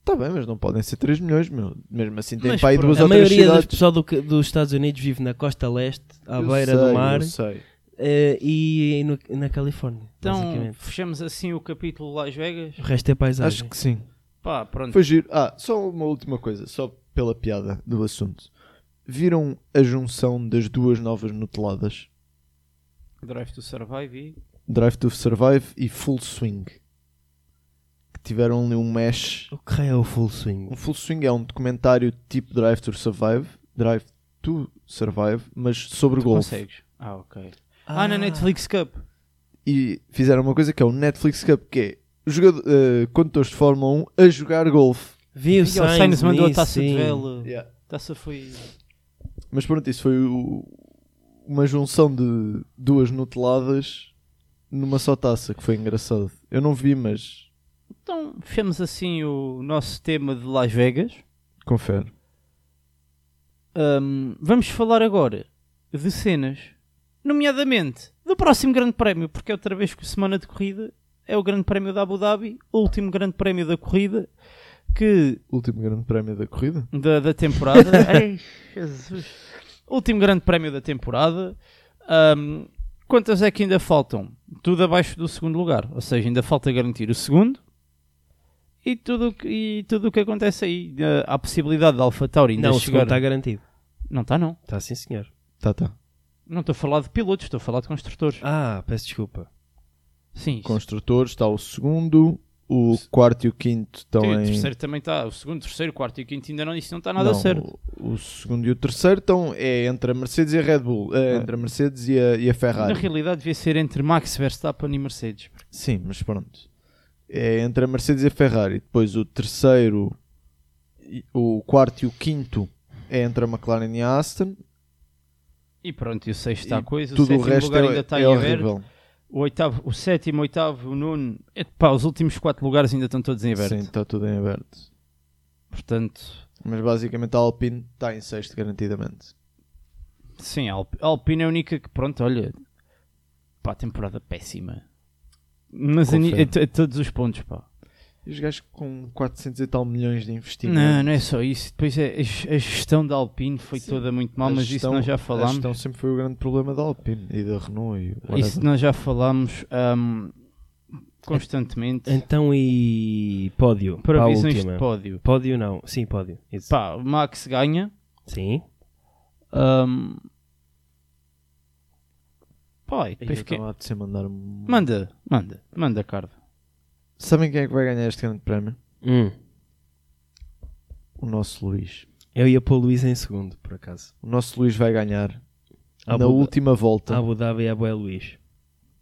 Speaker 3: Está bem, mas não podem ser 3 milhões, meu. Mesmo assim, tem
Speaker 1: Mas
Speaker 3: para aí
Speaker 1: pronto.
Speaker 3: duas
Speaker 2: a
Speaker 3: ou três
Speaker 2: maioria dos
Speaker 3: cidades.
Speaker 2: pessoal do que- dos Estados Unidos vive na costa leste, à
Speaker 3: Eu
Speaker 2: beira
Speaker 3: sei,
Speaker 2: do mar
Speaker 3: eu sei.
Speaker 2: eh, e no- na Califórnia.
Speaker 1: Então,
Speaker 2: basicamente.
Speaker 1: fechamos assim o capítulo Las Vegas.
Speaker 2: O resto é paisagem.
Speaker 3: Acho que sim.
Speaker 1: Pá, pronto.
Speaker 3: Foi giro. Ah, só uma última coisa, só pela piada do assunto. Viram a junção das duas novas nuteladas?
Speaker 1: Drive to Survive e...
Speaker 3: Drive to Survive e Full Swing. Que tiveram ali um mesh.
Speaker 2: O que raio é o full swing?
Speaker 3: Um Full Swing é um documentário tipo Drive to Survive, Drive to Survive, mas sobre
Speaker 1: Tu
Speaker 3: golfe.
Speaker 1: consegues. Ah, ok. Ah, na Netflix Cup.
Speaker 3: E fizeram uma coisa que é o Netflix Cup, que é jogador, eh, condutores de Fórmula 1 a jogar golfe.
Speaker 2: Vi o
Speaker 1: E o Sainz mandou a
Speaker 2: nisso,
Speaker 1: taça de
Speaker 2: sim.
Speaker 1: vela.
Speaker 3: Yeah.
Speaker 1: Taça foi...
Speaker 3: Mas pronto, isso foi o- uma junção de duas nuteladas numa só taça, que foi engraçado. Eu não vi, mas
Speaker 1: Então, fechamos assim o nosso tema de Las Vegas.
Speaker 3: confere.
Speaker 1: Ahm, vamos falar agora de cenas, nomeadamente do próximo Grande Prémio, porque é outra vez que semana de corrida é o Grande Prémio da Abu Dhabi, o último Grande Prémio da corrida que
Speaker 3: Último grande prémio da corrida.
Speaker 1: da, da temporada. <laughs> Ai, Jesus. Último Grande Prémio da temporada. Ahm, quantas é que ainda faltam? Tudo abaixo do segundo lugar, ou seja, ainda falta garantir o segundo. E tudo o que- e tudo o que acontece aí, Ah, há a possibilidade da Alfa Tauri ainda
Speaker 2: Não, o segundo
Speaker 1: chegar.
Speaker 2: está garantido.
Speaker 1: Não está, não.
Speaker 2: Está sim, senhor.
Speaker 3: Tá, tá.
Speaker 1: Não estou a falar de pilotos, estou a falar de construtores.
Speaker 2: Ah, peço desculpa.
Speaker 1: Sim, isso.
Speaker 3: Construtores está o segundo, o quarto e o quinto estão
Speaker 1: Sim, o
Speaker 3: em...
Speaker 1: terceiro também está. O segundo, terceiro, quarto e quinto ainda não, isso não está nada
Speaker 3: Não,
Speaker 1: certo.
Speaker 3: O, o segundo e o terceiro estão é entre a Mercedes e a Red Bull. É, entre a Mercedes e a, e a
Speaker 1: Na
Speaker 3: Ferrari.
Speaker 1: realidade devia ser entre Max Verstappen e Mercedes.
Speaker 3: Sim, mas pronto. É entre a Mercedes e a Ferrari. Depois o terceiro, e- o quarto e o quinto é entre a McLaren e a Aston.
Speaker 1: E pronto, e o sexto está
Speaker 3: E
Speaker 1: a coisa, o
Speaker 3: Tudo o
Speaker 1: sétimo
Speaker 3: resto
Speaker 1: lugar
Speaker 3: é,
Speaker 1: ainda está
Speaker 3: é
Speaker 1: em aberto.
Speaker 3: horrível.
Speaker 1: o oitavo, o sétimo, o oitavo, o nono. Epá, os últimos quatro lugares ainda estão todos em aberto.
Speaker 3: Sim, está tudo em aberto.
Speaker 1: Portanto,
Speaker 3: Mas basicamente a Alpine está em sexto, garantidamente.
Speaker 1: sim, a Alp- a Alpine é a única que, pronto, olha, pá, temporada péssima. Mas é, a, ni-
Speaker 3: Confere.
Speaker 1: a to- a todos os pontos, pá.
Speaker 3: E os gajos com 400 e tal milhões de investimento.
Speaker 1: Não, não é só isso. Depois é, a ge- a gestão da Alpine foi
Speaker 3: Sim.
Speaker 1: toda muito mal, mas isso nós já
Speaker 3: A
Speaker 1: falámos.
Speaker 3: gestão sempre foi o grande problema da Alpine e da Renault e whatever.
Speaker 1: Isso nós já falámos ahm,
Speaker 3: É,
Speaker 1: constantemente
Speaker 2: Então e pódio. Para a
Speaker 1: para visões
Speaker 2: última.
Speaker 1: de pódio.
Speaker 2: Pódio não. Sim, pódio. Isso.
Speaker 1: Pá, o Max ganha.
Speaker 2: Sim.
Speaker 1: ahm, pá, e
Speaker 3: Ai,
Speaker 1: depois
Speaker 3: eu
Speaker 1: fiquei-
Speaker 3: estava a descer mandar um...
Speaker 1: Manda, manda, manda, Cardo.
Speaker 3: Sabem quem é que vai ganhar este grande prémio?
Speaker 2: Hum.
Speaker 3: O nosso Luís.
Speaker 2: Eu ia pôr o Luís em segundo, por acaso.
Speaker 3: O nosso Luís vai ganhar
Speaker 2: Abu
Speaker 3: na
Speaker 2: Dha-
Speaker 3: última volta.
Speaker 2: Abu Dhabi e Abu é Luís.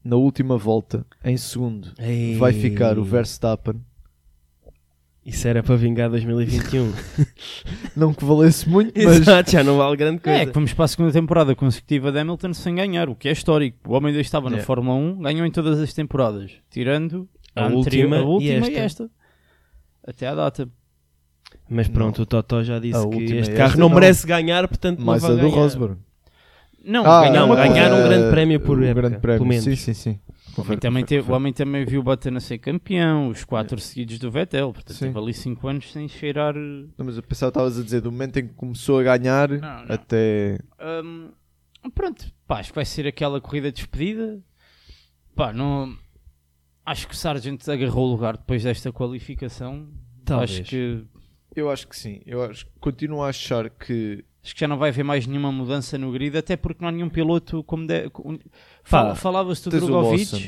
Speaker 3: Na última volta, em segundo,
Speaker 2: Ei.
Speaker 3: vai ficar o Verstappen.
Speaker 2: Isso era para vingar 2021.
Speaker 3: Não que
Speaker 1: <laughs>
Speaker 3: valesse muito, mas
Speaker 2: Exato, um. já não vale grande coisa.
Speaker 1: É, que vamos para a segunda temporada consecutiva de Hamilton sem ganhar, o que é histórico. O homem 2 estava na
Speaker 3: É.
Speaker 1: Fórmula 1, ganhou em todas as temporadas, tirando
Speaker 2: A
Speaker 1: a, anterior-
Speaker 2: última
Speaker 1: a
Speaker 2: e
Speaker 1: última e,
Speaker 2: esta.
Speaker 1: esta. Até à data.
Speaker 2: Mas pronto,
Speaker 3: Não.
Speaker 2: o Totó já disse
Speaker 3: A
Speaker 2: que
Speaker 3: última é
Speaker 2: este
Speaker 3: esta,
Speaker 2: carro não,
Speaker 3: não.
Speaker 2: merece ganhar, portanto
Speaker 3: mais
Speaker 2: não
Speaker 3: a
Speaker 2: vai
Speaker 3: do
Speaker 2: ganhar.
Speaker 3: Rosberg.
Speaker 1: Não,
Speaker 3: Ah,
Speaker 1: ganhou
Speaker 2: não,
Speaker 1: uma
Speaker 3: eh,
Speaker 2: ganhar um
Speaker 1: corrida.
Speaker 2: grande prémio por
Speaker 3: um
Speaker 2: época,
Speaker 3: grande prémio.
Speaker 2: pelo menos.
Speaker 3: Sim, sim, sim. Confere,
Speaker 1: também
Speaker 3: confere,
Speaker 1: teve, o
Speaker 3: confere.
Speaker 1: homem também viu o Button a ser campeão, os quatro seguidos do Vettel, portanto
Speaker 3: Sim.
Speaker 1: teve ali 5 anos sem cheirar. eh,
Speaker 3: Não, mas eu pensava que estavas a dizer do momento em que começou a ganhar
Speaker 1: Não, não.
Speaker 3: até.
Speaker 1: hum, pronto, pá, acho que vai ser aquela corrida de despedida. Pá, não. Acho que o Sargent agarrou o lugar depois desta qualificação.
Speaker 2: Talvez.
Speaker 1: Acho que,
Speaker 3: Eu acho que sim. Eu acho... continuo a achar que.
Speaker 1: acho que já não vai haver mais nenhuma mudança no grid, até porque não há nenhum piloto como. De, com- fala- Falava-se do
Speaker 3: tens o
Speaker 1: Drogovic.
Speaker 3: Lawson.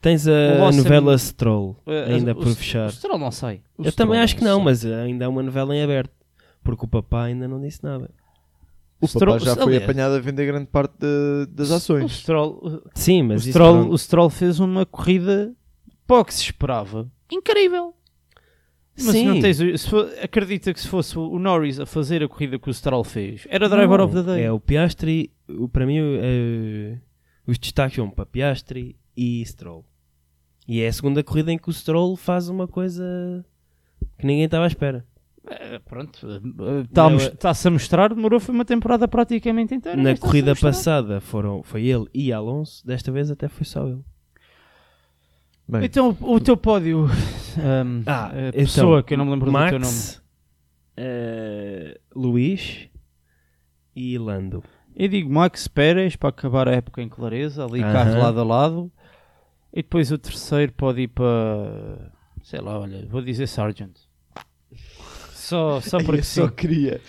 Speaker 2: Tens
Speaker 1: O
Speaker 2: a
Speaker 1: Lawson-
Speaker 2: novela Stroll,
Speaker 1: eh,
Speaker 2: ainda
Speaker 1: o-
Speaker 2: por
Speaker 1: o-
Speaker 2: fechar.
Speaker 1: O Stroll não sai.
Speaker 3: o
Speaker 2: Eu também
Speaker 3: Stroll,
Speaker 2: acho que não,
Speaker 3: sim.
Speaker 2: mas ainda há uma novela em aberto. Porque o papá ainda não disse nada.
Speaker 3: O
Speaker 1: Stroll-
Speaker 3: Stroll já foi
Speaker 1: aliás,
Speaker 3: apanhado a vender grande parte da- das
Speaker 1: O
Speaker 3: ações.
Speaker 1: Stroll,
Speaker 2: Sim,
Speaker 1: o
Speaker 2: mas isso
Speaker 1: Stroll,
Speaker 2: pronto.
Speaker 1: o Stroll fez uma corrida para o que se esperava. Incrível. Mas se
Speaker 2: Sim.
Speaker 1: não tens, o- se for- acredita que se fosse o Norris a fazer a corrida que o Stroll fez, era driver
Speaker 2: Não,
Speaker 1: of the day.
Speaker 2: É, o Piastri, o, para mim, eh, os destaques vão para Piastri e Stroll. E é a segunda corrida em que o Stroll faz uma coisa que ninguém estava à espera.
Speaker 1: Eh, Pronto, eh, está a
Speaker 2: Não,
Speaker 1: mos-
Speaker 2: eh,
Speaker 1: está-se a mostrar, demorou foi uma temporada praticamente inteira.
Speaker 2: Na
Speaker 1: mas está-se a
Speaker 2: corrida
Speaker 1: mostrar.
Speaker 2: passada foram, foi ele e Alonso, desta vez até foi só ele.
Speaker 3: Bem,
Speaker 1: Então, o teu pódio, ahm,
Speaker 2: Ah,
Speaker 1: eh,
Speaker 2: então,
Speaker 1: pessoa que eu não me lembro
Speaker 2: Max,
Speaker 1: do teu nome.
Speaker 2: eh, Luís e Lando.
Speaker 1: Eu digo Max Pérez para acabar a época em clareza, ali
Speaker 2: Aham.
Speaker 1: carro lado a lado. E depois o terceiro pode ir para. Sei lá, olha, vou dizer Sargent. Só, só
Speaker 3: eu
Speaker 1: porque
Speaker 3: só
Speaker 1: sim.
Speaker 3: queria.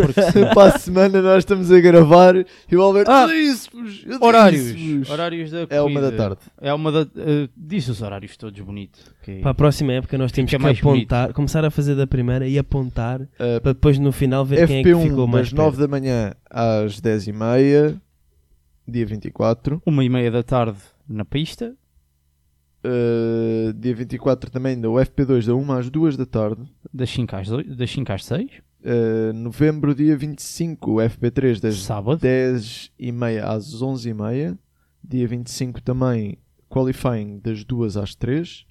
Speaker 1: Só porque sim.
Speaker 3: Para a semana nós estamos a gravar e o Alberto.
Speaker 1: Ah,
Speaker 3: eu disse-vos, eu
Speaker 1: Horários.
Speaker 3: disse-vos.
Speaker 1: Horários da corrida.
Speaker 3: É uma da tarde.
Speaker 1: É uma da. eh, diz os horários todos bonito. que- é
Speaker 2: Para a próxima época nós temos
Speaker 1: Fica
Speaker 2: que
Speaker 1: mais
Speaker 2: apontar, começar a fazer da primeira e apontar
Speaker 3: Uh,
Speaker 2: para depois no final ver quem é que ficou mais
Speaker 3: FP1 das
Speaker 2: perto.
Speaker 3: 9 da manhã às 10h30, dia 24.
Speaker 1: Uma e meia da tarde na pista.
Speaker 3: Uh, dia 24 também da FP2 da 1 às 2 da tarde.
Speaker 1: Das 5 às, doi- das 5 às 6.
Speaker 3: Uh, novembro, dia 25, o FP3 das
Speaker 1: Sábado.
Speaker 3: 10h30 às 11h30. Dia 25 também, qualifying das 2 às 3.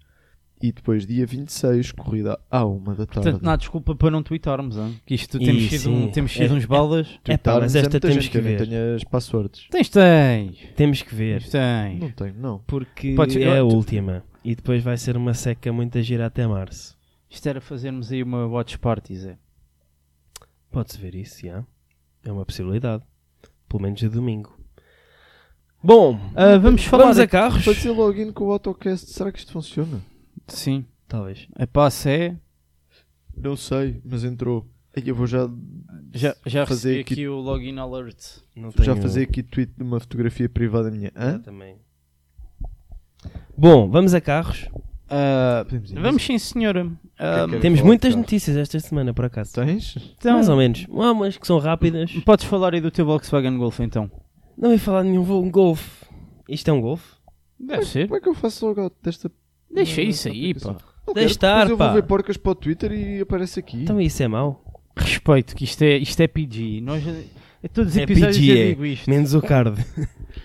Speaker 3: E depois, dia 26, corrida à 1 da tarde.
Speaker 1: Portanto, não há desculpa para não tweetarmos, hein? que isto
Speaker 2: E
Speaker 1: temos sido, um-
Speaker 2: sim.
Speaker 1: temos sido
Speaker 2: É-
Speaker 1: uns balas.
Speaker 2: É pá, mas
Speaker 3: Tweetarmos é
Speaker 2: esta
Speaker 3: muita
Speaker 2: temos
Speaker 3: gente,
Speaker 2: que
Speaker 3: eu não
Speaker 2: ver.
Speaker 3: tenho as passwords.
Speaker 1: Tens, tens.
Speaker 2: Tens que ver.
Speaker 1: Tens, tens.
Speaker 3: Não tenho, não.
Speaker 2: Porque
Speaker 1: Podes-
Speaker 2: é a
Speaker 1: eu-
Speaker 2: última. E depois vai ser uma seca muito gira até março.
Speaker 1: Isto era fazermos aí uma watch party, Zé.
Speaker 2: Pode-se ver isso, já. É uma possibilidade. Pelo menos de domingo. Bom,
Speaker 1: Ah, vamos falar.
Speaker 2: vamos a
Speaker 1: aqui-
Speaker 2: carros.
Speaker 3: Fazer login com o AutoCast, será que isto funciona?
Speaker 1: Sim,
Speaker 2: Talvez.
Speaker 1: a passe é.
Speaker 3: Não sei, mas entrou. Ai, Eu vou já,
Speaker 1: Já, já
Speaker 3: Fazer
Speaker 1: recebi aqui,
Speaker 3: aqui-
Speaker 1: o login alert.
Speaker 2: Não
Speaker 3: já
Speaker 2: tenho-
Speaker 3: fazer aqui tweet de uma fotografia privada minha.
Speaker 2: Eu
Speaker 3: Hã?
Speaker 2: também. Bom, vamos a carros.
Speaker 1: Ah,
Speaker 3: Podemos ir.
Speaker 1: vamos sim, senhora. Ah,
Speaker 3: que é
Speaker 2: Temos
Speaker 3: que- falar de
Speaker 2: muitas
Speaker 3: carros.
Speaker 2: notícias esta semana, por acaso.
Speaker 3: Tens?
Speaker 1: então,
Speaker 2: Mais ou menos. Há umas que são rápidas.
Speaker 1: podes falar aí do teu Volkswagen Golf então?
Speaker 2: Não ia falar de nenhum vo- um Golf. Isto é um Golf?
Speaker 1: Deve ser.
Speaker 3: Como é que eu faço logout desta.
Speaker 1: Deixa
Speaker 3: não,
Speaker 1: isso
Speaker 3: não,
Speaker 1: aí,
Speaker 3: não,
Speaker 1: pá.
Speaker 2: Deixa
Speaker 3: Não quero,
Speaker 2: estar,
Speaker 3: depois eu
Speaker 2: pá.
Speaker 3: vou ver porcas para o Twitter e aparece aqui.
Speaker 2: Então isso é mau.
Speaker 1: Respeito, que isto é, isto é PG. Nós, a todos os
Speaker 2: É
Speaker 1: episódios
Speaker 2: PG,
Speaker 1: eu
Speaker 2: é.
Speaker 1: digo isto.
Speaker 2: Menos o card.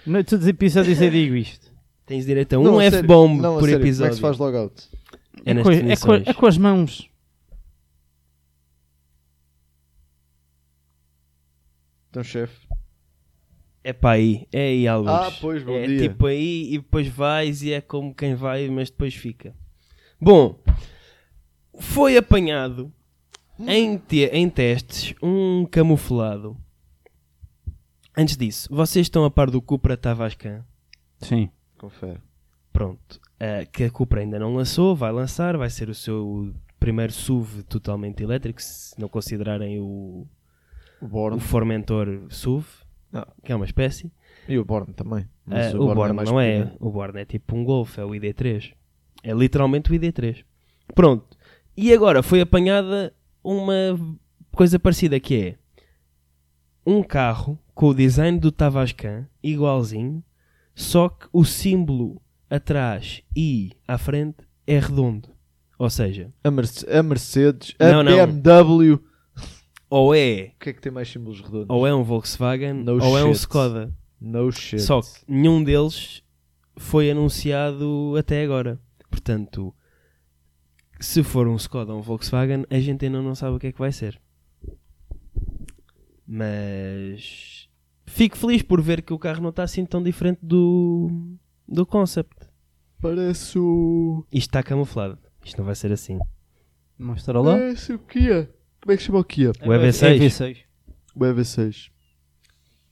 Speaker 1: Não, todos os episódios eu digo isto.
Speaker 2: Tens direito a um
Speaker 3: Não, a sério.
Speaker 2: F-bomb
Speaker 3: Não, a
Speaker 2: por
Speaker 3: sério,
Speaker 2: episódio.
Speaker 3: Como é que se faz logout?
Speaker 2: <laughs> É
Speaker 1: É,
Speaker 2: nas
Speaker 1: co- é co-
Speaker 2: definições.
Speaker 1: é com as mãos.
Speaker 3: Então, chefe.
Speaker 2: É para aí, é aí alguns.
Speaker 3: Ah, pois, bom
Speaker 2: é
Speaker 3: dia.
Speaker 2: tipo aí e depois vais e é como quem vai, mas depois fica. Bom, foi apanhado em, te- em testes um camuflado. Antes disso, vocês estão a par do Cupra Tavascan?
Speaker 1: Sim.
Speaker 3: Confere.
Speaker 2: Pronto, ah, que a Cupra ainda não lançou, vai lançar, vai ser o seu primeiro SUV totalmente elétrico, se não considerarem o,
Speaker 3: O
Speaker 2: o
Speaker 3: Born.
Speaker 2: Formentor SUV,
Speaker 3: Ah.
Speaker 2: que é uma espécie.
Speaker 3: E o Born também.
Speaker 2: Ah,
Speaker 3: Mas
Speaker 2: o Born
Speaker 3: mais
Speaker 2: não é.
Speaker 3: pequeno.
Speaker 2: O Born é tipo um Golf, é o ID3. É literalmente o ID3. Pronto. E agora foi apanhada uma coisa parecida que é um carro com o design do Tavascan igualzinho, só que o símbolo atrás e à frente é redondo. Ou seja,
Speaker 3: A, Merce- a Mercedes, a
Speaker 2: Não, não.
Speaker 3: BMW.
Speaker 2: ou é,
Speaker 3: O que é que tem mais símbolos redondos?
Speaker 2: ou é um Volkswagen
Speaker 3: No
Speaker 2: ou é um
Speaker 3: shit.
Speaker 2: Skoda.
Speaker 3: No shit.
Speaker 2: Só que nenhum deles foi anunciado até agora. Portanto, se for um Skoda ou um Volkswagen, a gente ainda não sabe o que é que vai ser. Mas fico feliz por ver que o carro não está assim tão diferente do, do concept.
Speaker 3: Parece o...
Speaker 2: Isto está camuflado. Isto não vai ser assim.
Speaker 1: Mostra lá.
Speaker 3: Parece o Kia. Como é que chama o Kia?
Speaker 2: O EV6.
Speaker 1: EV6.
Speaker 3: O EV6.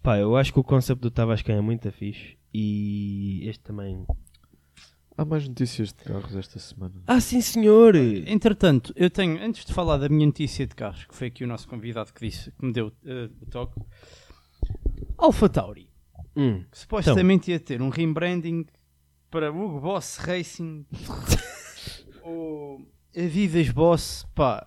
Speaker 2: Pá, eu acho que o concept do Tavascan é muito fixe. E este também.
Speaker 3: Há mais notícias de carros esta semana.
Speaker 2: Ah, sim, senhor!
Speaker 1: Entretanto, eu tenho, antes de falar da minha notícia de carros, que foi aqui o nosso convidado que disse, que me deu eh, o toque, Alfa Tauri,
Speaker 2: Hum.
Speaker 1: que supostamente ia ter um rebranding para Hugo Boss
Speaker 2: <laughs>
Speaker 1: Racing, ou Adidas Boss, pá,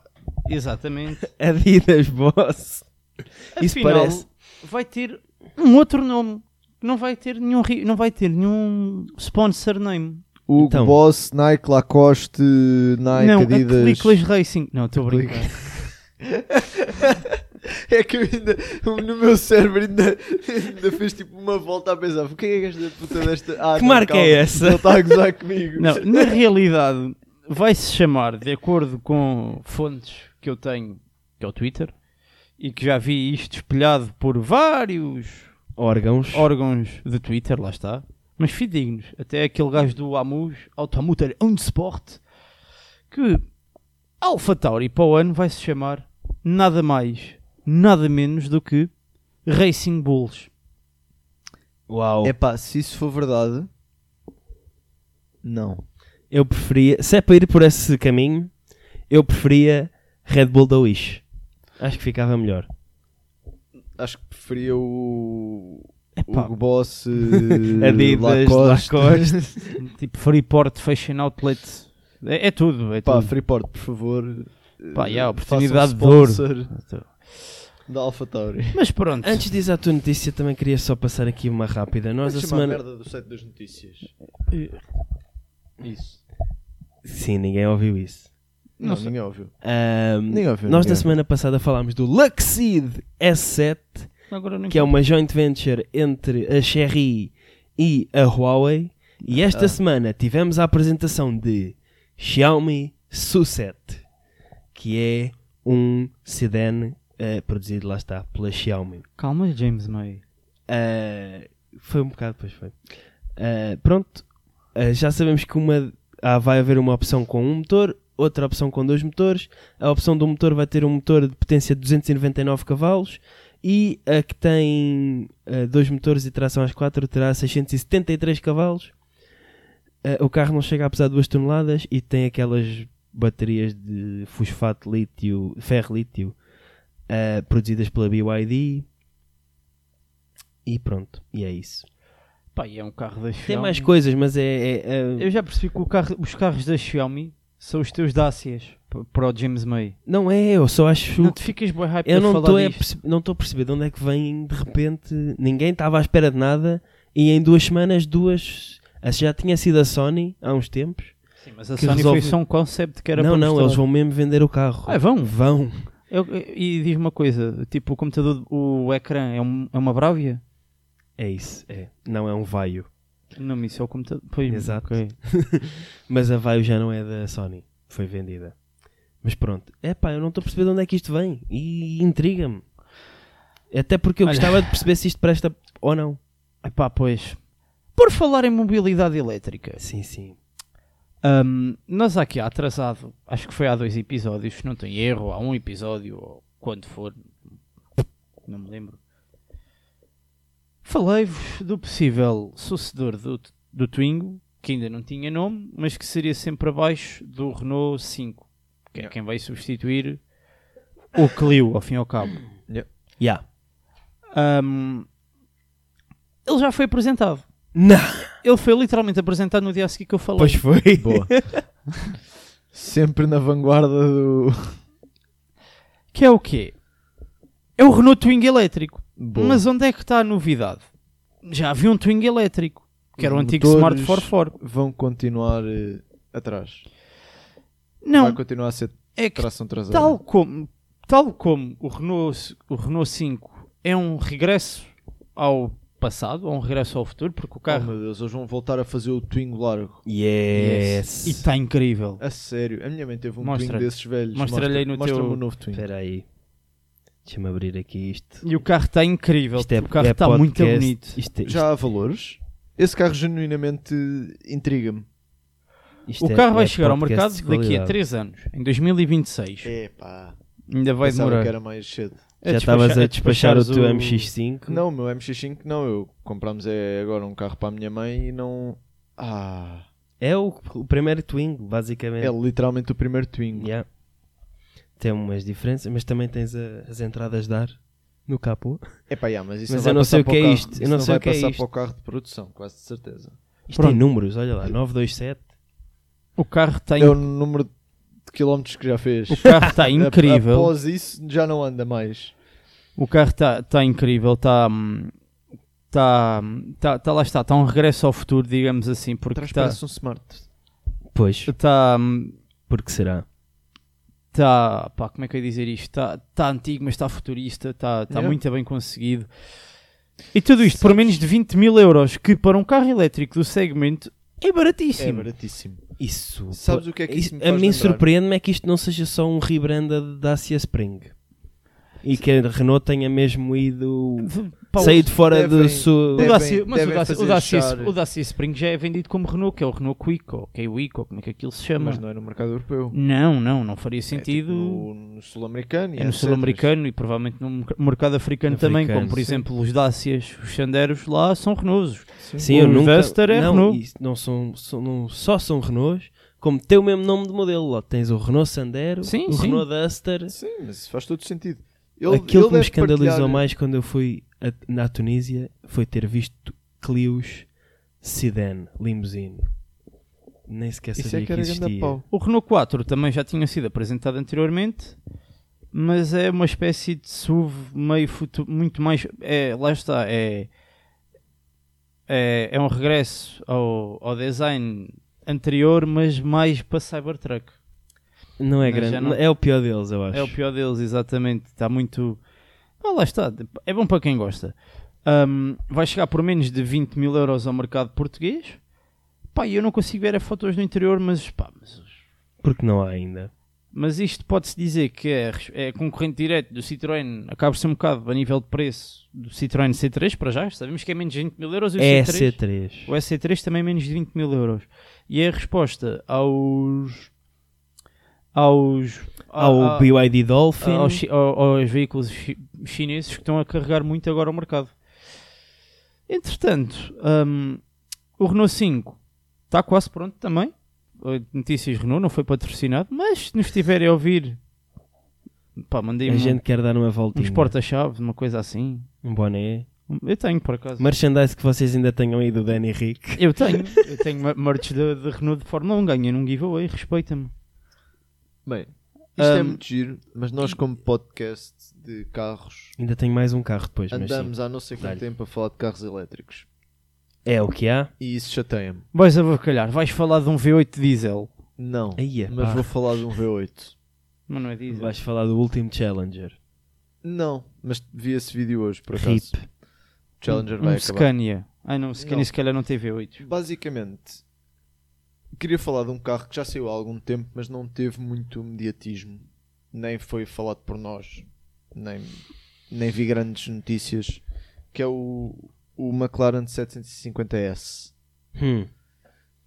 Speaker 1: exatamente.
Speaker 2: Adidas Boss. <laughs> Isso
Speaker 1: Afinal,
Speaker 2: parece.
Speaker 1: Vai ter um outro nome, não vai ter nenhum, ri- não vai ter nenhum sponsor name.
Speaker 3: O
Speaker 2: Então.
Speaker 3: Boss, Nike, Lacoste, Nike,
Speaker 1: não, a
Speaker 3: Adidas.
Speaker 1: Clicklas Racing. Não, estou a brincar.
Speaker 3: É que eu ainda, no meu cérebro ainda, ainda fez tipo uma volta a pensar: o que é que esta puta desta. Ah,
Speaker 2: Que marca é essa?
Speaker 3: Ele está a gozar comigo.
Speaker 1: Não, na realidade, vai-se chamar, de acordo com fontes que eu tenho, que é o Twitter, e que já vi isto espelhado por vários
Speaker 2: Órgãos.
Speaker 1: órgãos de Twitter, lá está, mas fidedignos. Até aquele gajo do Amus, Automotor Unsport, que Alpha Tauri para o ano vai se chamar nada mais, nada menos do que Racing Bulls.
Speaker 2: Uau.
Speaker 3: É pá, se isso for verdade. Não.
Speaker 2: Eu preferia. Se é para ir por esse caminho, eu preferia Red Bull da Wish. Acho que ficava melhor.
Speaker 3: Acho que preferia o.
Speaker 1: Epá.
Speaker 3: Hugo Boss,
Speaker 2: <laughs>
Speaker 3: eh,
Speaker 2: Adidas,
Speaker 3: Lacoste.
Speaker 2: Lacoste. <laughs>
Speaker 1: Tipo Freeport Fashion Outlet. É, é tudo, é
Speaker 3: Pá,
Speaker 1: tudo.
Speaker 3: Freeport, por favor. eh,
Speaker 1: Pá, yeah,
Speaker 3: faça um
Speaker 1: oportunidade de ouro. Então.
Speaker 3: sponsor Da Alpha Tauri.
Speaker 1: Mas pronto.
Speaker 2: Antes de ir à tua notícia, também queria só passar aqui uma rápida. Nós a
Speaker 3: Chama
Speaker 2: semana.
Speaker 3: merda do site das notícias. Isso.
Speaker 2: Sim, ninguém ouviu isso.
Speaker 1: Não
Speaker 3: Não,
Speaker 1: sei.
Speaker 3: ninguém ouviu.
Speaker 2: Ahm,
Speaker 3: Ninguém ouviu.
Speaker 2: nós
Speaker 3: ninguém
Speaker 2: na semana passada falámos do Luxeed S7
Speaker 1: Agora não
Speaker 2: que é uma joint venture entre a Cherry e a Huawei. E esta semana tivemos a apresentação de Xiaomi Su7, que é um sedã eh, produzido, lá está, pela Xiaomi.
Speaker 1: Calma, James May.
Speaker 2: Ah, foi um bocado, pois foi. Ah, pronto, Ah, já sabemos que uma, ah, vai haver uma opção com um motor, outra opção com dois motores. A opção do motor vai ter um motor de potência de 299 cavalos e a que tem ah, dois motores e tração às quatro terá 673 cavalos. Ah, o carro não chega a pesar 2 toneladas e tem aquelas baterias de fosfato lítio, ferro lítio, ah, produzidas pela BYD. E pronto, e é isso.
Speaker 1: Pá, e é um carro da Xiaomi.
Speaker 2: Tem mais coisas, mas é. é- é-
Speaker 1: Eu já percebi que o carro- os carros da Xiaomi são os teus Dacias p- para o James May.
Speaker 2: Não é, eu só acho.
Speaker 1: Não te ficas bem hype
Speaker 2: eu
Speaker 1: a
Speaker 2: não
Speaker 1: falar
Speaker 2: estou a,
Speaker 1: disto.
Speaker 2: perce- não estou a perceber de onde é que vem de repente. Ninguém estava à espera de nada e em duas semanas, duas. a- Já tinha sido a Sony há uns tempos.
Speaker 1: Sim, mas a
Speaker 2: que
Speaker 1: Sony
Speaker 2: resolve-
Speaker 1: foi só um concept que era
Speaker 2: não,
Speaker 1: para
Speaker 2: não,
Speaker 1: mostrar.
Speaker 2: eles vão mesmo vender o carro.
Speaker 1: Ah, vão?
Speaker 2: Vão.
Speaker 1: Eu- e diz uma coisa, tipo, o computador, o ecrã é, um- é uma brávia?
Speaker 2: É isso, é. Não é um vaio.
Speaker 1: Não, isso é o computador. Pois,
Speaker 2: Exato. <laughs>
Speaker 1: ok.
Speaker 2: Mas a Vaio já não é da Sony. Foi vendida. Mas pronto. É pá, eu não estou a perceber de onde é que isto vem. E intriga-me. Até porque eu
Speaker 1: Olha.
Speaker 2: gostava de perceber se isto presta ou não.
Speaker 1: Epá, pois. Por falar em mobilidade elétrica,
Speaker 2: Sim, sim.
Speaker 1: Ahm, nós aqui há atrasado, acho que foi há dois episódios, se não tem erro, há um episódio, ou quando for, não me lembro. Falei-vos do possível sucedor do, do Twingo, que ainda não tinha nome, mas que seria sempre abaixo do Renault 5, que é quem vai substituir o Clio, ao fim e ao cabo.
Speaker 2: Já.
Speaker 1: Ahm, ele já foi apresentado.
Speaker 2: Não.
Speaker 1: Ele foi literalmente apresentado no dia a seguir que eu falei.
Speaker 2: Pois foi.
Speaker 3: Boa. Sempre na vanguarda do.
Speaker 1: Que é o quê? É o Renault Twingo elétrico.
Speaker 3: Boa.
Speaker 1: Mas onde é que está a novidade? Já havia um Twingo elétrico, que era o
Speaker 3: Os
Speaker 1: antigo
Speaker 3: motores-
Speaker 1: Smart 44.
Speaker 3: Vão continuar eh, atrás. Vai
Speaker 1: Não,
Speaker 3: continuar a ser
Speaker 1: é que
Speaker 3: tração traseira.
Speaker 1: tal como, tal como o, Renault, o Renault 5 é um regresso ao passado, é um regresso ao futuro, porque o
Speaker 3: Oh
Speaker 1: carro... é
Speaker 3: meu Deus, eles vão voltar a fazer o Twingo largo.
Speaker 2: Yes. Então,
Speaker 1: E está incrível.
Speaker 3: A sério, a minha mãe teve um
Speaker 1: Mostra.
Speaker 3: Twingo desses velhos.
Speaker 1: Mostra-lhe aí no
Speaker 3: mostra
Speaker 1: teu-
Speaker 3: o novo Twingo.
Speaker 2: Espera aí. Deixa-me abrir aqui isto.
Speaker 1: E o carro está incrível.
Speaker 2: Isto é,
Speaker 1: o carro
Speaker 2: é
Speaker 1: está muito
Speaker 2: podcast.
Speaker 1: bonito.
Speaker 2: Isto, é- isto,
Speaker 3: Já há valores? Esse carro genuinamente intriga-me.
Speaker 2: isto
Speaker 1: O
Speaker 2: é-
Speaker 1: carro vai
Speaker 2: é
Speaker 1: chegar ao mercado
Speaker 2: podcast de
Speaker 1: daqui a
Speaker 2: qualidade. É.
Speaker 1: 3 anos, em 2026.
Speaker 3: Epá,
Speaker 1: Ainda vai
Speaker 3: pensava
Speaker 1: demorar.
Speaker 3: que era mais
Speaker 1: A
Speaker 3: cedo.
Speaker 2: Já
Speaker 1: despachar-
Speaker 2: estavas a despachar o teu
Speaker 1: despachares
Speaker 2: MX5.
Speaker 3: Não, o meu MX5 não, eu comprámos é agora um carro para a minha mãe e não. Ah,
Speaker 2: É o, o primeiro Twingo,
Speaker 3: é,
Speaker 2: basicamente.
Speaker 3: literalmente o primeiro Twingo.
Speaker 2: Yeah. Tem umas diferenças, mas também tens a- as entradas de ar no capô.
Speaker 3: Epá, yeah, mas isso
Speaker 2: Mas
Speaker 3: não
Speaker 2: eu
Speaker 3: vai
Speaker 2: não sei
Speaker 3: passar
Speaker 2: o que
Speaker 3: para
Speaker 2: é
Speaker 3: carro-
Speaker 2: isto, eu
Speaker 3: isso
Speaker 2: não
Speaker 3: não
Speaker 2: sei
Speaker 3: vai
Speaker 2: o que é
Speaker 3: passar
Speaker 2: isto.
Speaker 3: para o carro de produção, quase de certeza.
Speaker 2: Isto
Speaker 1: Pronto.
Speaker 2: tem números, olha lá, 927.
Speaker 1: O carro está
Speaker 3: É o número de quilómetros que já fez.
Speaker 1: O
Speaker 2: é
Speaker 1: carro
Speaker 3: <laughs>
Speaker 1: está incrível.
Speaker 3: Após isso, já não anda mais.
Speaker 1: O carro está tá incrível, está tá, tá, tá, lá está, está um regresso ao futuro, digamos assim, porque
Speaker 3: Atrás
Speaker 1: está
Speaker 3: parece um smart.
Speaker 2: Pois,
Speaker 1: tá,
Speaker 2: porque será?
Speaker 1: tá, pá, como é que eu ia dizer isto? Está tá antigo, mas está futurista, está tá
Speaker 3: Yeah.
Speaker 1: muito bem conseguido. E tudo isto por menos de 20 mil euros, que para um carro elétrico do segmento é
Speaker 3: É
Speaker 1: baratíssimo.
Speaker 3: baratíssimo.
Speaker 2: Isso.
Speaker 3: Sabes o que é que isso me
Speaker 2: a
Speaker 3: faz
Speaker 2: mim
Speaker 3: lembrar?
Speaker 2: surpreende-me é que isto não seja só um rebrand da Dacia Spring. E que a Renault tenha mesmo ido.
Speaker 1: Pá, o-
Speaker 2: sair de fora do
Speaker 3: devem-
Speaker 2: seu.
Speaker 1: o
Speaker 3: devem-
Speaker 1: Dacia, mas o
Speaker 3: devem
Speaker 1: Dacia, o,
Speaker 3: fazer
Speaker 1: Dacia,
Speaker 3: achar-
Speaker 1: o Dacia Spring já é vendido como Renault, que é o Renault Quick, ou K-Wick, ou como é que aquilo se chama.
Speaker 3: Mas não é no mercado europeu.
Speaker 1: Não, não, não faria
Speaker 3: É
Speaker 1: sentido.
Speaker 3: tipo no, no sul-americano. e
Speaker 1: É no
Speaker 3: etc.
Speaker 1: sul-americano e provavelmente no merc- mercado africano, também,
Speaker 2: Africano,
Speaker 1: como por
Speaker 2: sim.
Speaker 1: exemplo os Dácias, os Sanderos lá são renosos. O
Speaker 2: Sim, eu nunca.
Speaker 1: Duster é
Speaker 2: não,
Speaker 1: Renault.
Speaker 2: isso não, são, são- não só são Renaults, como tem o mesmo nome de modelo. Lá tens o Renault Sandero,
Speaker 1: Sim,
Speaker 2: o
Speaker 1: sim.
Speaker 2: Renault Duster.
Speaker 3: Sim, mas isso faz todo sentido. Ele,
Speaker 2: Aquilo
Speaker 3: ele
Speaker 2: que me
Speaker 3: deve
Speaker 2: escandalizou
Speaker 3: partilhar-
Speaker 2: mais quando eu fui a- na Tunísia foi ter visto Clios Sedan Limousine. Nem sequer
Speaker 3: Isso
Speaker 2: sabia
Speaker 3: é que
Speaker 2: que,
Speaker 3: era grande
Speaker 2: existia.
Speaker 3: pau.
Speaker 1: O Renault 4 também já tinha sido apresentado anteriormente, mas é uma espécie de SUV meio futu- muito mais. É, lá está, é, é, é um regresso ao, ao design anterior, mas mais para Cybertruck.
Speaker 2: Não é
Speaker 1: Mas já
Speaker 2: grande,
Speaker 1: não-
Speaker 2: é o pior deles, eu acho.
Speaker 1: É o pior deles, exatamente. Está muito. Ah, lá está. É bom para quem gosta. Ahm, vai chegar por menos de 20 mil euros ao mercado português. Pá, e eu não consigo ver as fotos no interior, mas pá, mas,
Speaker 2: Porque não há ainda.
Speaker 1: mas isto pode-se dizer que é, res- é concorrente direto do Citroën. Acaba por ser um bocado a nível de preço do Citroën C3, para já. Sabemos que é menos de 20 mil euros e o
Speaker 2: É
Speaker 1: C3.
Speaker 2: C3.
Speaker 1: O SC3 também é menos de 20 mil euros. E é a resposta aos. aos.
Speaker 3: ah,
Speaker 2: Há o BYD Dolphin.
Speaker 1: aos, chi- ao- aos veículos chi- chineses que estão a carregar muito agora o mercado. Entretanto, hum, o Renault 5 está quase pronto também. Eh, Notícias Renault, não foi patrocinado, mas se nos tiverem a ouvir, pá, mandei
Speaker 2: a
Speaker 1: um,
Speaker 2: gente quer dar uma
Speaker 3: Um
Speaker 2: voltinha.
Speaker 1: uns porta-chaves, uma coisa assim.
Speaker 2: Um boné.
Speaker 1: Eu tenho, por acaso.
Speaker 2: Merchandise que vocês ainda tenham aí do Danny Rick.
Speaker 1: Eu tenho, eu tenho mer- merch da da Renault de Fórmula 1, ganha num giveaway, respeita-me.
Speaker 3: Bem, isto é
Speaker 1: Ahm.
Speaker 3: muito giro, mas nós, como podcast de carros,
Speaker 2: Ainda tenho mais um carro depois, mas sim.
Speaker 3: andamos há não sei quanto
Speaker 2: Dá-lhe.
Speaker 3: tempo a falar de carros elétricos.
Speaker 2: É o que há.
Speaker 3: E isso chateia-me.
Speaker 1: Vais avacalhar, vais falar de um V8 diesel.
Speaker 3: Não,
Speaker 2: Aí é
Speaker 3: mas
Speaker 2: pá.
Speaker 3: vou falar de um V8.
Speaker 1: Mas não é diesel.
Speaker 2: Vais falar do último Challenger.
Speaker 3: Não, mas vi esse vídeo hoje, por acaso.
Speaker 2: RIP.
Speaker 3: O Challenger
Speaker 1: um
Speaker 3: vai acabar.
Speaker 1: Scania. Ai não, se
Speaker 3: Não.
Speaker 1: calhar, se calhar não teve 8.
Speaker 3: Basicamente, queria falar de um carro que já saiu há algum tempo, mas não teve muito mediatismo. Nem foi falado por nós, nem, nem vi grandes notícias. Que é o, o McLaren 750S.
Speaker 2: Hum.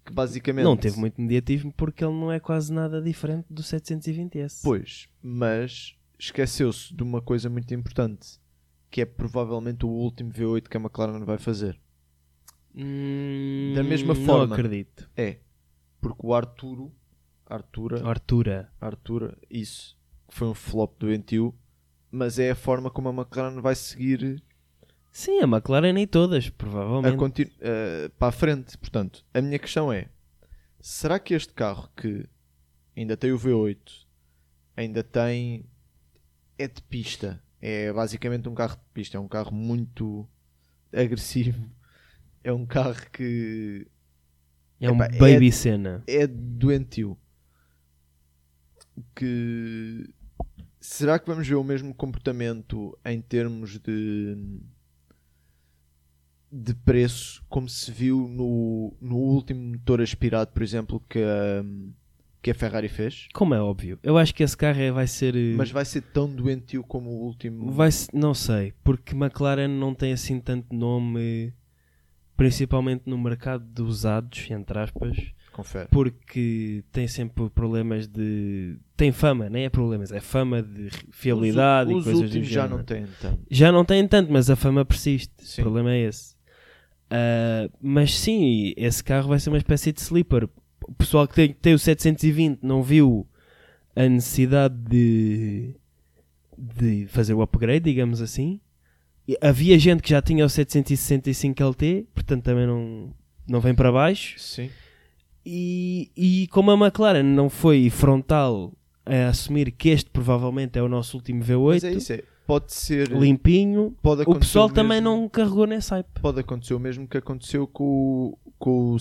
Speaker 3: Que basicamente.
Speaker 2: Não teve muito mediatismo porque ele não é quase nada diferente do 720S.
Speaker 3: Pois, mas esqueceu-se de uma coisa muito importante. Que é provavelmente o último V8 que a McLaren vai fazer.
Speaker 2: Hum,
Speaker 3: Da mesma
Speaker 2: Não
Speaker 3: forma.
Speaker 2: acredito.
Speaker 3: É. Porque o Arturo. Artura.
Speaker 2: Artura.
Speaker 3: Artura, isso que foi um flop doentio, mas é a forma como a McLaren vai seguir
Speaker 2: Sim, a McLaren nem todas,
Speaker 3: a
Speaker 2: provavelmente.
Speaker 3: continu- eh, para a frente. Portanto, a minha questão é: será que este carro que ainda tem o V8, ainda tem. é de pista? É basicamente um carro de pista, é um carro muito agressivo, é um carro que
Speaker 2: É um
Speaker 3: Epá, é-
Speaker 2: baby cena.
Speaker 3: é doentio. Que será que vamos ver o mesmo comportamento em termos de de preço como se viu no, no último motor aspirado, por exemplo, que a, que a Ferrari fez?
Speaker 2: Como é óbvio. Eu acho que esse carro é- vai ser... eh,
Speaker 3: Mas vai ser tão doentio como o último.
Speaker 2: Vai se- não sei, porque McLaren não tem assim tanto nome, principalmente no mercado de usados, entre aspas,
Speaker 3: Confere.
Speaker 2: porque tem sempre problemas de. tem fama, nem é problemas, é fama de fiabilidade
Speaker 3: os,
Speaker 2: e
Speaker 3: os
Speaker 2: coisas do
Speaker 3: últimos já
Speaker 2: género.
Speaker 3: não têm tanto.
Speaker 2: Já não tem tanto, mas a fama persiste.
Speaker 3: Sim.
Speaker 2: O problema é esse. Ah, mas sim, esse carro vai ser uma espécie de sleeper. O pessoal que tem, tem o 720 não viu a necessidade de, de fazer o upgrade, digamos assim. E havia gente que já tinha o 765 LT, portanto também não, não vem para baixo.
Speaker 3: Sim.
Speaker 2: E, e como a McLaren não foi frontal a assumir que este provavelmente é o nosso último V8,
Speaker 3: Mas é isso, é. Pode ser.
Speaker 2: limpinho,
Speaker 3: Pode
Speaker 2: o
Speaker 3: acontecer
Speaker 2: pessoal também
Speaker 3: mesmo.
Speaker 2: não carregou nesse hype.
Speaker 3: pode acontecer o mesmo que aconteceu com, o- com o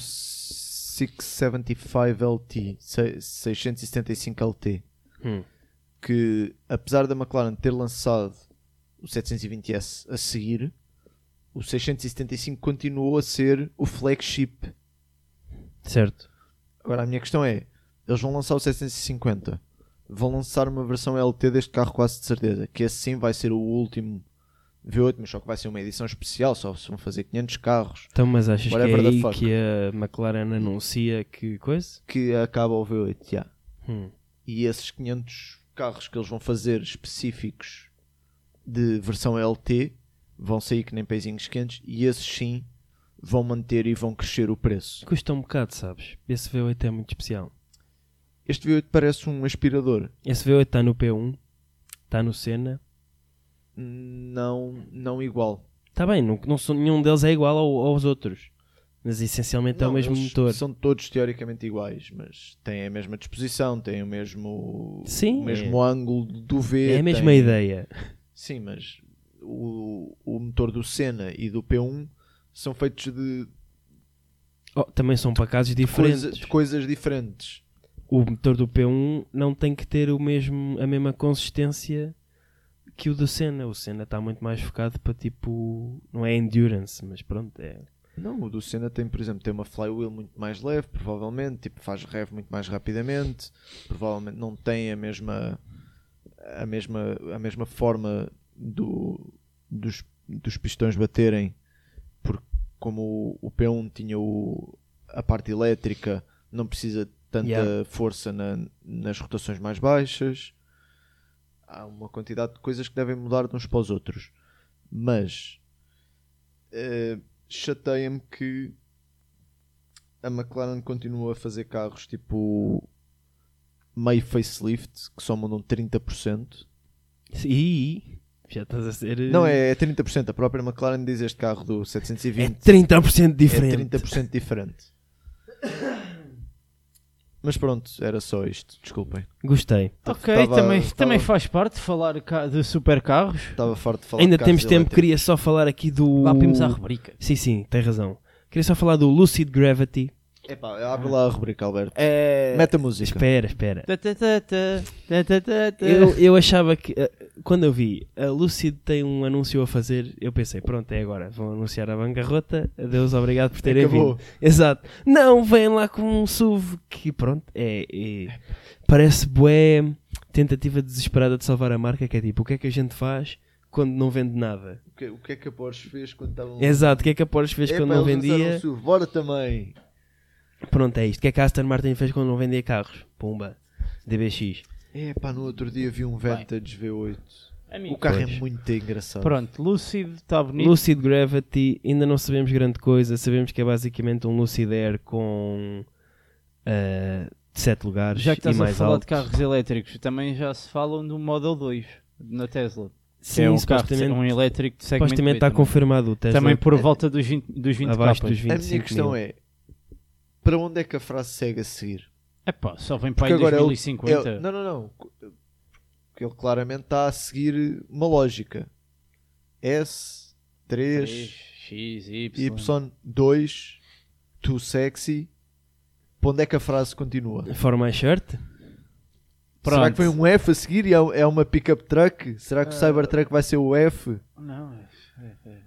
Speaker 3: 675 LT, se- 675 LT, que apesar da McLaren ter lançado o 720S a seguir, o 675 continuou a ser o flagship.
Speaker 2: Certo.
Speaker 3: Agora a minha questão é, eles vão lançar o 750, vão lançar uma versão LT deste carro quase de certeza, que esse sim vai ser o último V8, mas só que vai ser uma edição especial, só se vão fazer 500 carros.
Speaker 2: Então, mas achas que
Speaker 3: Whatever
Speaker 2: é
Speaker 3: the
Speaker 2: aí
Speaker 3: fuck.
Speaker 2: que a McLaren anuncia que coisa?
Speaker 3: que acaba o V8, já.
Speaker 2: Hum.
Speaker 3: E esses 500 carros que eles vão fazer específicos de versão LT vão sair que nem pezinhos quentes e esses sim vão manter e vão crescer o preço.
Speaker 2: Custa um bocado, sabes? Esse V8 é muito especial.
Speaker 3: Este V8 parece um aspirador.
Speaker 2: Esse V8 está no P1, está no Senna.
Speaker 3: Não, não igual.
Speaker 2: Está Tá bem, não, não são- nenhum deles é igual ao- aos outros. Mas essencialmente é o
Speaker 3: Não,
Speaker 2: mesmo
Speaker 3: eles
Speaker 2: motor.
Speaker 3: São todos teoricamente iguais, mas têm a mesma disposição, têm o mesmo,
Speaker 2: Sim,
Speaker 3: o mesmo ângulo do V.
Speaker 2: É a mesma
Speaker 3: têm-
Speaker 2: ideia.
Speaker 3: Sim, mas o, o motor do Senna e do P1 são feitos de,
Speaker 2: Oh, também são para casos diferentes.
Speaker 3: coisa- de coisas diferentes.
Speaker 2: O motor do P1 não tem que ter o mesmo, a mesma consistência que o do Senna. O Senna está muito mais focado para tipo. Não é endurance, mas pronto. É,
Speaker 3: Não, o do Senna tem, por exemplo, tem uma flywheel muito mais leve, provavelmente, tipo, faz rev muito mais rapidamente, provavelmente não tem a mesma a mesma, a mesma forma do, dos, dos pistões baterem, porque como o, o P1 tinha o- a parte elétrica, não precisa de tanta
Speaker 2: Yeah.
Speaker 3: força na- nas rotações mais baixas. Há uma quantidade de coisas que devem mudar de uns para os outros. Mas eh, chateia-me que a McLaren continua a fazer carros tipo meio facelift que só mudam 30%.
Speaker 2: Ih, já estás a ser.
Speaker 3: Não, é, é 30%. A própria McLaren diz este carro do
Speaker 2: É
Speaker 3: 720
Speaker 2: 30%
Speaker 3: é
Speaker 2: diferente.
Speaker 3: 30% diferente. Mas pronto, era só isto. Desculpem.
Speaker 2: Gostei.
Speaker 1: Ok,
Speaker 3: Tá, Tava-
Speaker 1: também,
Speaker 3: tava-
Speaker 1: também faz parte falar ca- de supercarros.
Speaker 3: Estava farto de falar
Speaker 2: Ainda
Speaker 3: de
Speaker 2: temos
Speaker 3: carros
Speaker 2: tempo,
Speaker 3: elétricos.
Speaker 2: queria só falar aqui do.
Speaker 1: Lá vimos à rubrica.
Speaker 2: Sim, sim, tem razão. Queria só falar do Lucid Gravity,
Speaker 3: Epá, abre lá a rubrica, Alberto.
Speaker 2: É...
Speaker 3: Mete a música.
Speaker 2: Espera, espera.
Speaker 1: Tá, tá, tá, tá, tá, tá, tá, tá.
Speaker 3: <laughs>
Speaker 2: Eu, eu achava que. eh, Quando eu vi a Lucid tem um anúncio a fazer, eu pensei, pronto, é agora. Vão anunciar a bancarrota. Adeus, obrigado por terem
Speaker 3: Acabou.
Speaker 2: vindo. Exato. Não, vem lá com um SUV que, pronto, é. é- parece bué tentativa desesperada de salvar a marca. Que é tipo, o que é que a gente faz quando não vende nada?
Speaker 3: O que, o que é que a Porsche fez quando estavam...
Speaker 2: Exato, o que é que a Porsche fez quando
Speaker 3: Epá,
Speaker 2: não
Speaker 3: eles usaram
Speaker 2: vendia?
Speaker 3: o SUV. Bora também.
Speaker 2: Pronto, é isto. O que é que a Aston Martin fez quando não vendia carros? Pumba. DBX.
Speaker 3: Epá, no outro dia vi um Vantage V8.
Speaker 1: Amigo.
Speaker 3: O carro é
Speaker 2: Pois.
Speaker 3: muito engraçado.
Speaker 1: Pronto, Lucid está bonito.
Speaker 2: Lucid Gravity, ainda não sabemos grande coisa. Sabemos que é basicamente um Lucid Air com 7 lugares
Speaker 1: Já que
Speaker 2: e
Speaker 1: estás a
Speaker 2: mais
Speaker 1: falar
Speaker 2: alto.
Speaker 1: de carros elétricos, também já se falam do Model 2 na Tesla. que
Speaker 2: Sim,
Speaker 1: é um carro de-
Speaker 2: supostamente,
Speaker 1: um elétrico de segmento
Speaker 2: supostamente está
Speaker 1: B também.
Speaker 2: confirmado o Tesla
Speaker 1: é? Também por volta dos 20, dos 20
Speaker 2: abaixo dos
Speaker 3: A
Speaker 2: 25
Speaker 3: minha questão
Speaker 2: mil.
Speaker 3: é... Para onde é que a frase segue a seguir?
Speaker 1: Epá, só vem para
Speaker 3: Porque
Speaker 1: aí
Speaker 3: agora é ele-
Speaker 1: 2050.
Speaker 3: ele- não, não, não. Porque ele claramente está a seguir uma lógica. S, 3,
Speaker 1: 3, X, Y.
Speaker 3: é Y, 2, too sexy. Para onde é que a frase continua?
Speaker 2: For my shirt?
Speaker 3: Será
Speaker 1: Pronto.
Speaker 3: que foi um F a seguir e é é uma pickup truck? Será
Speaker 2: Ah.
Speaker 3: que o Cybertruck vai ser o F?
Speaker 1: Não, é- é- é-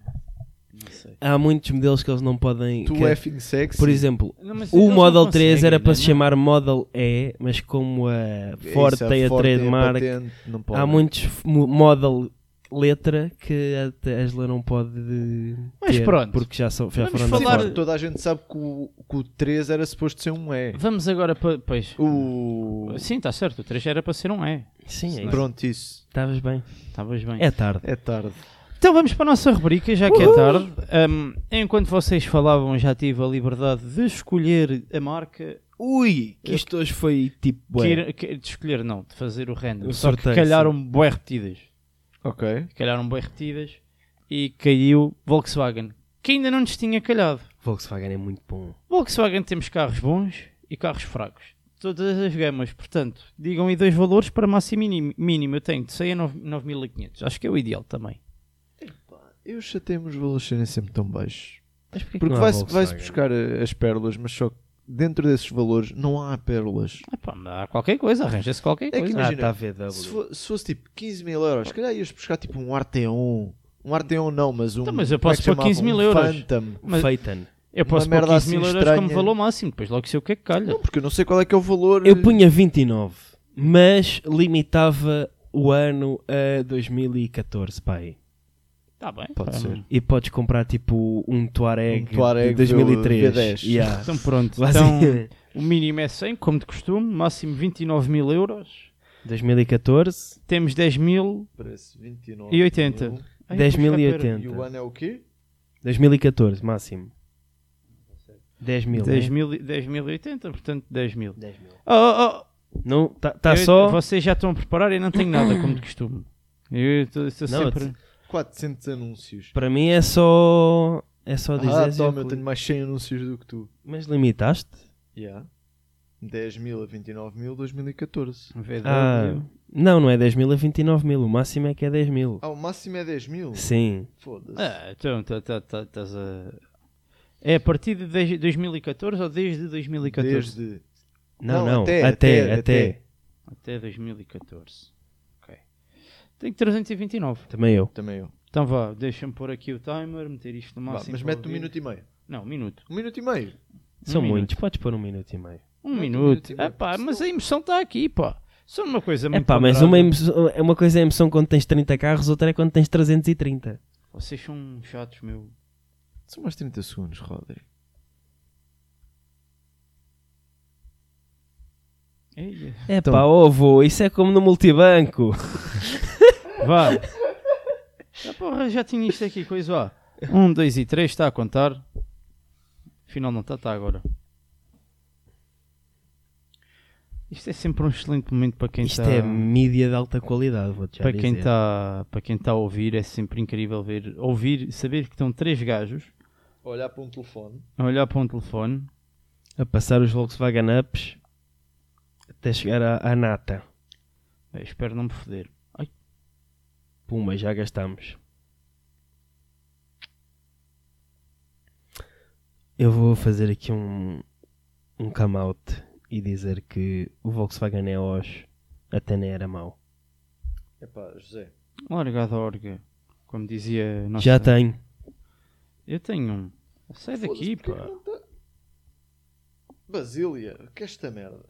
Speaker 1: não sei.
Speaker 2: Há muitos modelos que eles não podem.
Speaker 3: Tu é
Speaker 2: que- é-
Speaker 3: F sexy?
Speaker 2: por exemplo,
Speaker 1: Não, mas
Speaker 2: o
Speaker 1: eles não
Speaker 2: Model 3
Speaker 1: conseguem,
Speaker 2: era para
Speaker 1: né?
Speaker 2: se chamar Model E, mas como a Ford
Speaker 3: É Isso,
Speaker 2: tem a
Speaker 3: Ford tem
Speaker 2: trademark,
Speaker 3: patente, não pode.
Speaker 2: há muitos f- mo- Model letra que a Tesla não pode.
Speaker 1: Mas
Speaker 2: ter,
Speaker 1: pronto.
Speaker 2: Porque já, são, já
Speaker 1: Vamos
Speaker 2: foram da
Speaker 1: falar-
Speaker 2: Ford.
Speaker 3: Toda a gente sabe que o, que o 3 era suposto ser um E.
Speaker 1: Vamos agora para.
Speaker 2: é
Speaker 1: Pois.
Speaker 3: O...
Speaker 1: Sim, está certo. O 3 era para ser um E.
Speaker 2: Sim, é isso.
Speaker 3: Pronto, isso.
Speaker 2: Estavas bem.
Speaker 1: Estavas bem.
Speaker 2: É tarde.
Speaker 3: É tarde.
Speaker 1: Então vamos para a nossa rubrica, já que é tarde. Um, enquanto vocês falavam, já tive a liberdade de escolher a marca.
Speaker 2: Ui, que isto hoje foi tipo.
Speaker 1: Que, que- de escolher, não, de fazer o random.
Speaker 2: O
Speaker 1: Só que
Speaker 2: sorteio,
Speaker 1: calharam bué repetidas.
Speaker 3: Ok.
Speaker 1: Calharam bué repetidas e caiu Volkswagen, que ainda não nos tinha calhado.
Speaker 2: Volkswagen é muito bom.
Speaker 1: Volkswagen temos carros bons e carros fracos. Todas as gamas, portanto, digam aí dois valores para máximo e mínimo. mínimo. Eu tenho de 100 a 9 9500. Acho que é o ideal também.
Speaker 3: Eu chatei-me os valores serem sempre tão baixos.
Speaker 2: Mas porquê
Speaker 3: Porque
Speaker 2: que não há
Speaker 3: vai-se
Speaker 2: Volkswagen?
Speaker 3: vai-se buscar a- as pérolas, mas só que dentro desses valores não há pérolas.
Speaker 1: Ah, pá, dá qualquer coisa, arranja-se qualquer
Speaker 3: É que
Speaker 1: coisa.
Speaker 2: Ah,
Speaker 3: imagina,
Speaker 2: tá a VW.
Speaker 3: Se, fo- se fosse tipo 15 mil euros, se calhar ias buscar tipo um Arteon. Um Arteon não, mas um.
Speaker 1: Então, mas eu
Speaker 3: como é
Speaker 1: posso
Speaker 3: que
Speaker 1: pôr 15 mil
Speaker 3: chamava? um
Speaker 1: euros.
Speaker 3: Phantom.
Speaker 1: Mas
Speaker 2: Phaeton.
Speaker 1: eu posso
Speaker 3: uma
Speaker 1: pôr
Speaker 3: merda
Speaker 1: 15 mil
Speaker 3: assim
Speaker 1: euros como
Speaker 3: estranha.
Speaker 1: valor máximo, depois logo sei o que é que calha.
Speaker 3: Não, porque eu não sei qual é que é o valor.
Speaker 2: Eu punha 29, mas limitava o ano a 2014, pai.
Speaker 1: Está Tá bem.
Speaker 3: Pode
Speaker 1: pá.
Speaker 3: ser.
Speaker 2: E podes comprar tipo um Touareg,
Speaker 3: Um Touareg
Speaker 2: de 2003. <laughs>
Speaker 3: V10.
Speaker 2: Yeah.
Speaker 1: Então pronto, então,
Speaker 3: assim-
Speaker 2: Basicamente,
Speaker 1: o mínimo é 100, como de costume, máximo 29 mil euros.
Speaker 2: 2014,
Speaker 1: Temos 10 mil.
Speaker 3: Parece 29
Speaker 1: E 80.
Speaker 3: mil.
Speaker 1: Ai,
Speaker 2: 10.080.
Speaker 3: E o ano é o quê?
Speaker 2: 2014, máximo. 10 mil.
Speaker 3: né?
Speaker 1: 10 mil, 10.080, portanto 10 mil.
Speaker 2: né? 10 mil.
Speaker 1: Oh, oh, oh,
Speaker 2: Não, tá, tá
Speaker 1: Eu-
Speaker 2: só.
Speaker 1: Vocês já estão a preparar e não tenho nada, como de costume. Eu estou estou
Speaker 2: Não,
Speaker 1: sempre.
Speaker 3: 400 anúncios.
Speaker 2: Para mim é só. É só
Speaker 3: Ah,
Speaker 2: dizer.
Speaker 3: toma, eu tenho mais 100 anúncios do que tu.
Speaker 2: Mas limitaste?
Speaker 3: Yeah. 10 mil a 29 mil, 2014.
Speaker 1: VW.
Speaker 2: Ah, não, não é 10 mil, é 29 mil. O máximo é que é 10 mil.
Speaker 3: Ah, o máximo é 10 mil?
Speaker 2: Sim.
Speaker 3: Foda-se.
Speaker 1: Ah, então tá- tá- tá- estás a. É a partir de 10 2014 ou desde 2014?
Speaker 3: Desde.
Speaker 2: Não,
Speaker 3: Não,
Speaker 2: não.
Speaker 3: até,
Speaker 2: Até, até.
Speaker 3: até, até.
Speaker 1: Até 2014. Ok. Tenho 329.
Speaker 2: Também eu.
Speaker 3: Também eu.
Speaker 1: Então vá, deixa-me pôr aqui o timer, meter isto no
Speaker 3: Vá,
Speaker 1: máximo.
Speaker 3: mas
Speaker 1: para
Speaker 3: mete um
Speaker 1: ouvir.
Speaker 3: minuto e meio.
Speaker 1: Não, um minuto.
Speaker 3: Um minuto e meio.
Speaker 2: São
Speaker 1: minuto.
Speaker 2: muitos. Podes pôr um minuto e meio.
Speaker 1: Um
Speaker 3: um
Speaker 1: minuto.
Speaker 3: minuto e meio.
Speaker 1: Ah, pá, mas a emoção está aqui, pá. Só uma coisa
Speaker 2: É
Speaker 1: muito.
Speaker 2: pá, mas
Speaker 1: ponderada.
Speaker 2: uma, emoção, é uma coisa é a emoção quando tens 30 carros, outra é quando tens 330.
Speaker 1: Vocês são chatos, meu.
Speaker 3: São mais 30 segundos, Rodri.
Speaker 1: Ei,
Speaker 2: É
Speaker 3: Então.
Speaker 2: pá, ovo, isso é como no multibanco.
Speaker 1: Vá. Ah, porra, já tinha isto aqui, coisa lá. 1, 2 Um, e 3 está a contar. Afinal não está, está agora. Isto é sempre um excelente momento para
Speaker 3: Então.
Speaker 1: quem
Speaker 2: Isto
Speaker 1: está.
Speaker 2: é mídia de alta qualidade, vou-te já
Speaker 1: Para quem,
Speaker 2: dizer.
Speaker 3: tá-
Speaker 1: está, para quem está a ouvir, é sempre incrível ver, ouvir, saber que estão três gajos
Speaker 3: Olhar para um telefone.
Speaker 1: a olhar para um telefone.
Speaker 2: A passar os Volkswagen Ups até chegar à, à nata.
Speaker 1: Bem, É, espero não me foder.
Speaker 2: Puma, já gastamos. Eu vou fazer aqui um, come out e dizer que o Volkswagen EOS até nem era mau.
Speaker 3: Epá, José.
Speaker 1: Larga da orga. Como dizia. a Nossa...
Speaker 2: Já tenho.
Speaker 1: Eu tenho um. Sai daqui, pá.
Speaker 3: tá? Basília, que é esta merda?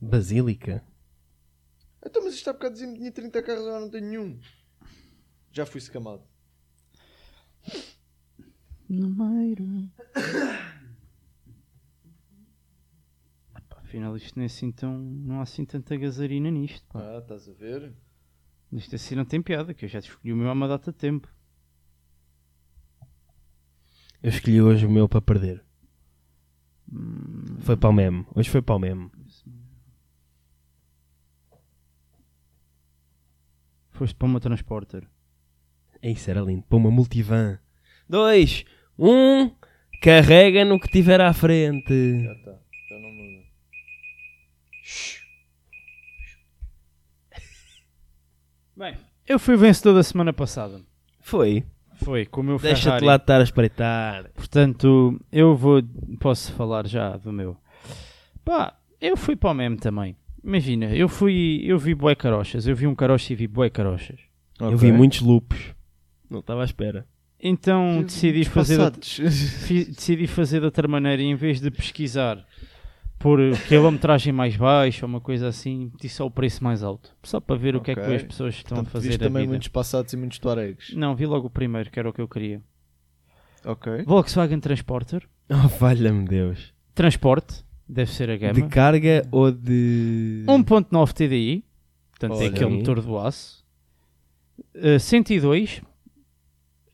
Speaker 2: Basílica.
Speaker 3: Então, mas isto há bocado dizia-me que tinha 30 carros, agora não tenho nenhum. Já fui escamado.
Speaker 1: Número. Afinal, isto não é assim tão. Não há assim tanta gazarina nisto, pá.
Speaker 3: Ah, estás a ver?
Speaker 1: Isto assim não tem piada, que eu já te escolhi o meu há uma data de tempo.
Speaker 2: Eu escolhi hoje o meu para perder. Foi para o meme. Hoje foi para o meme.
Speaker 1: Foste para uma transporter.
Speaker 2: É isso, era lindo. Para uma multivan. Dois, um, carrega no que tiver à frente.
Speaker 3: Já está, já não muda.
Speaker 1: Bem, eu fui o vencedor da semana passada.
Speaker 2: Foi.
Speaker 1: Foi, com o meu
Speaker 2: Deixa-te
Speaker 1: Ferrari.
Speaker 2: lá de estar a espreitar.
Speaker 1: Portanto, eu vou. Posso falar já do meu. Pá, eu fui para o meme também. Imagina, eu fui. Eu vi bué carochas. Eu vi um carocha e vi bué carochas.
Speaker 2: Eu vi muitos lupos. Não estava à espera.
Speaker 1: Então decidi fazer, de, outra-
Speaker 3: Passados.
Speaker 1: fi- decidi fazer de outra maneira. e Em vez de pesquisar por quilometragem mais baixa ou uma coisa assim, meti só o preço mais alto. Só para ver o que é que
Speaker 3: Ok.
Speaker 1: as pessoas <laughs> estão
Speaker 3: Portanto,
Speaker 1: a fazer
Speaker 3: viste
Speaker 1: da
Speaker 3: também
Speaker 1: vida.
Speaker 3: muitos passados e muitos tuaregs.
Speaker 1: Não, vi logo o primeiro, que era o que eu queria.
Speaker 3: Ok.
Speaker 1: Volkswagen Transporter.
Speaker 2: <laughs> Oh, valha-me Deus.
Speaker 1: Transporte, deve ser a gama.
Speaker 2: De carga ou de.
Speaker 1: 1.9 TDI, portanto tem
Speaker 3: Olha
Speaker 1: aquele
Speaker 2: aí.
Speaker 1: motor do aço. Uh, 102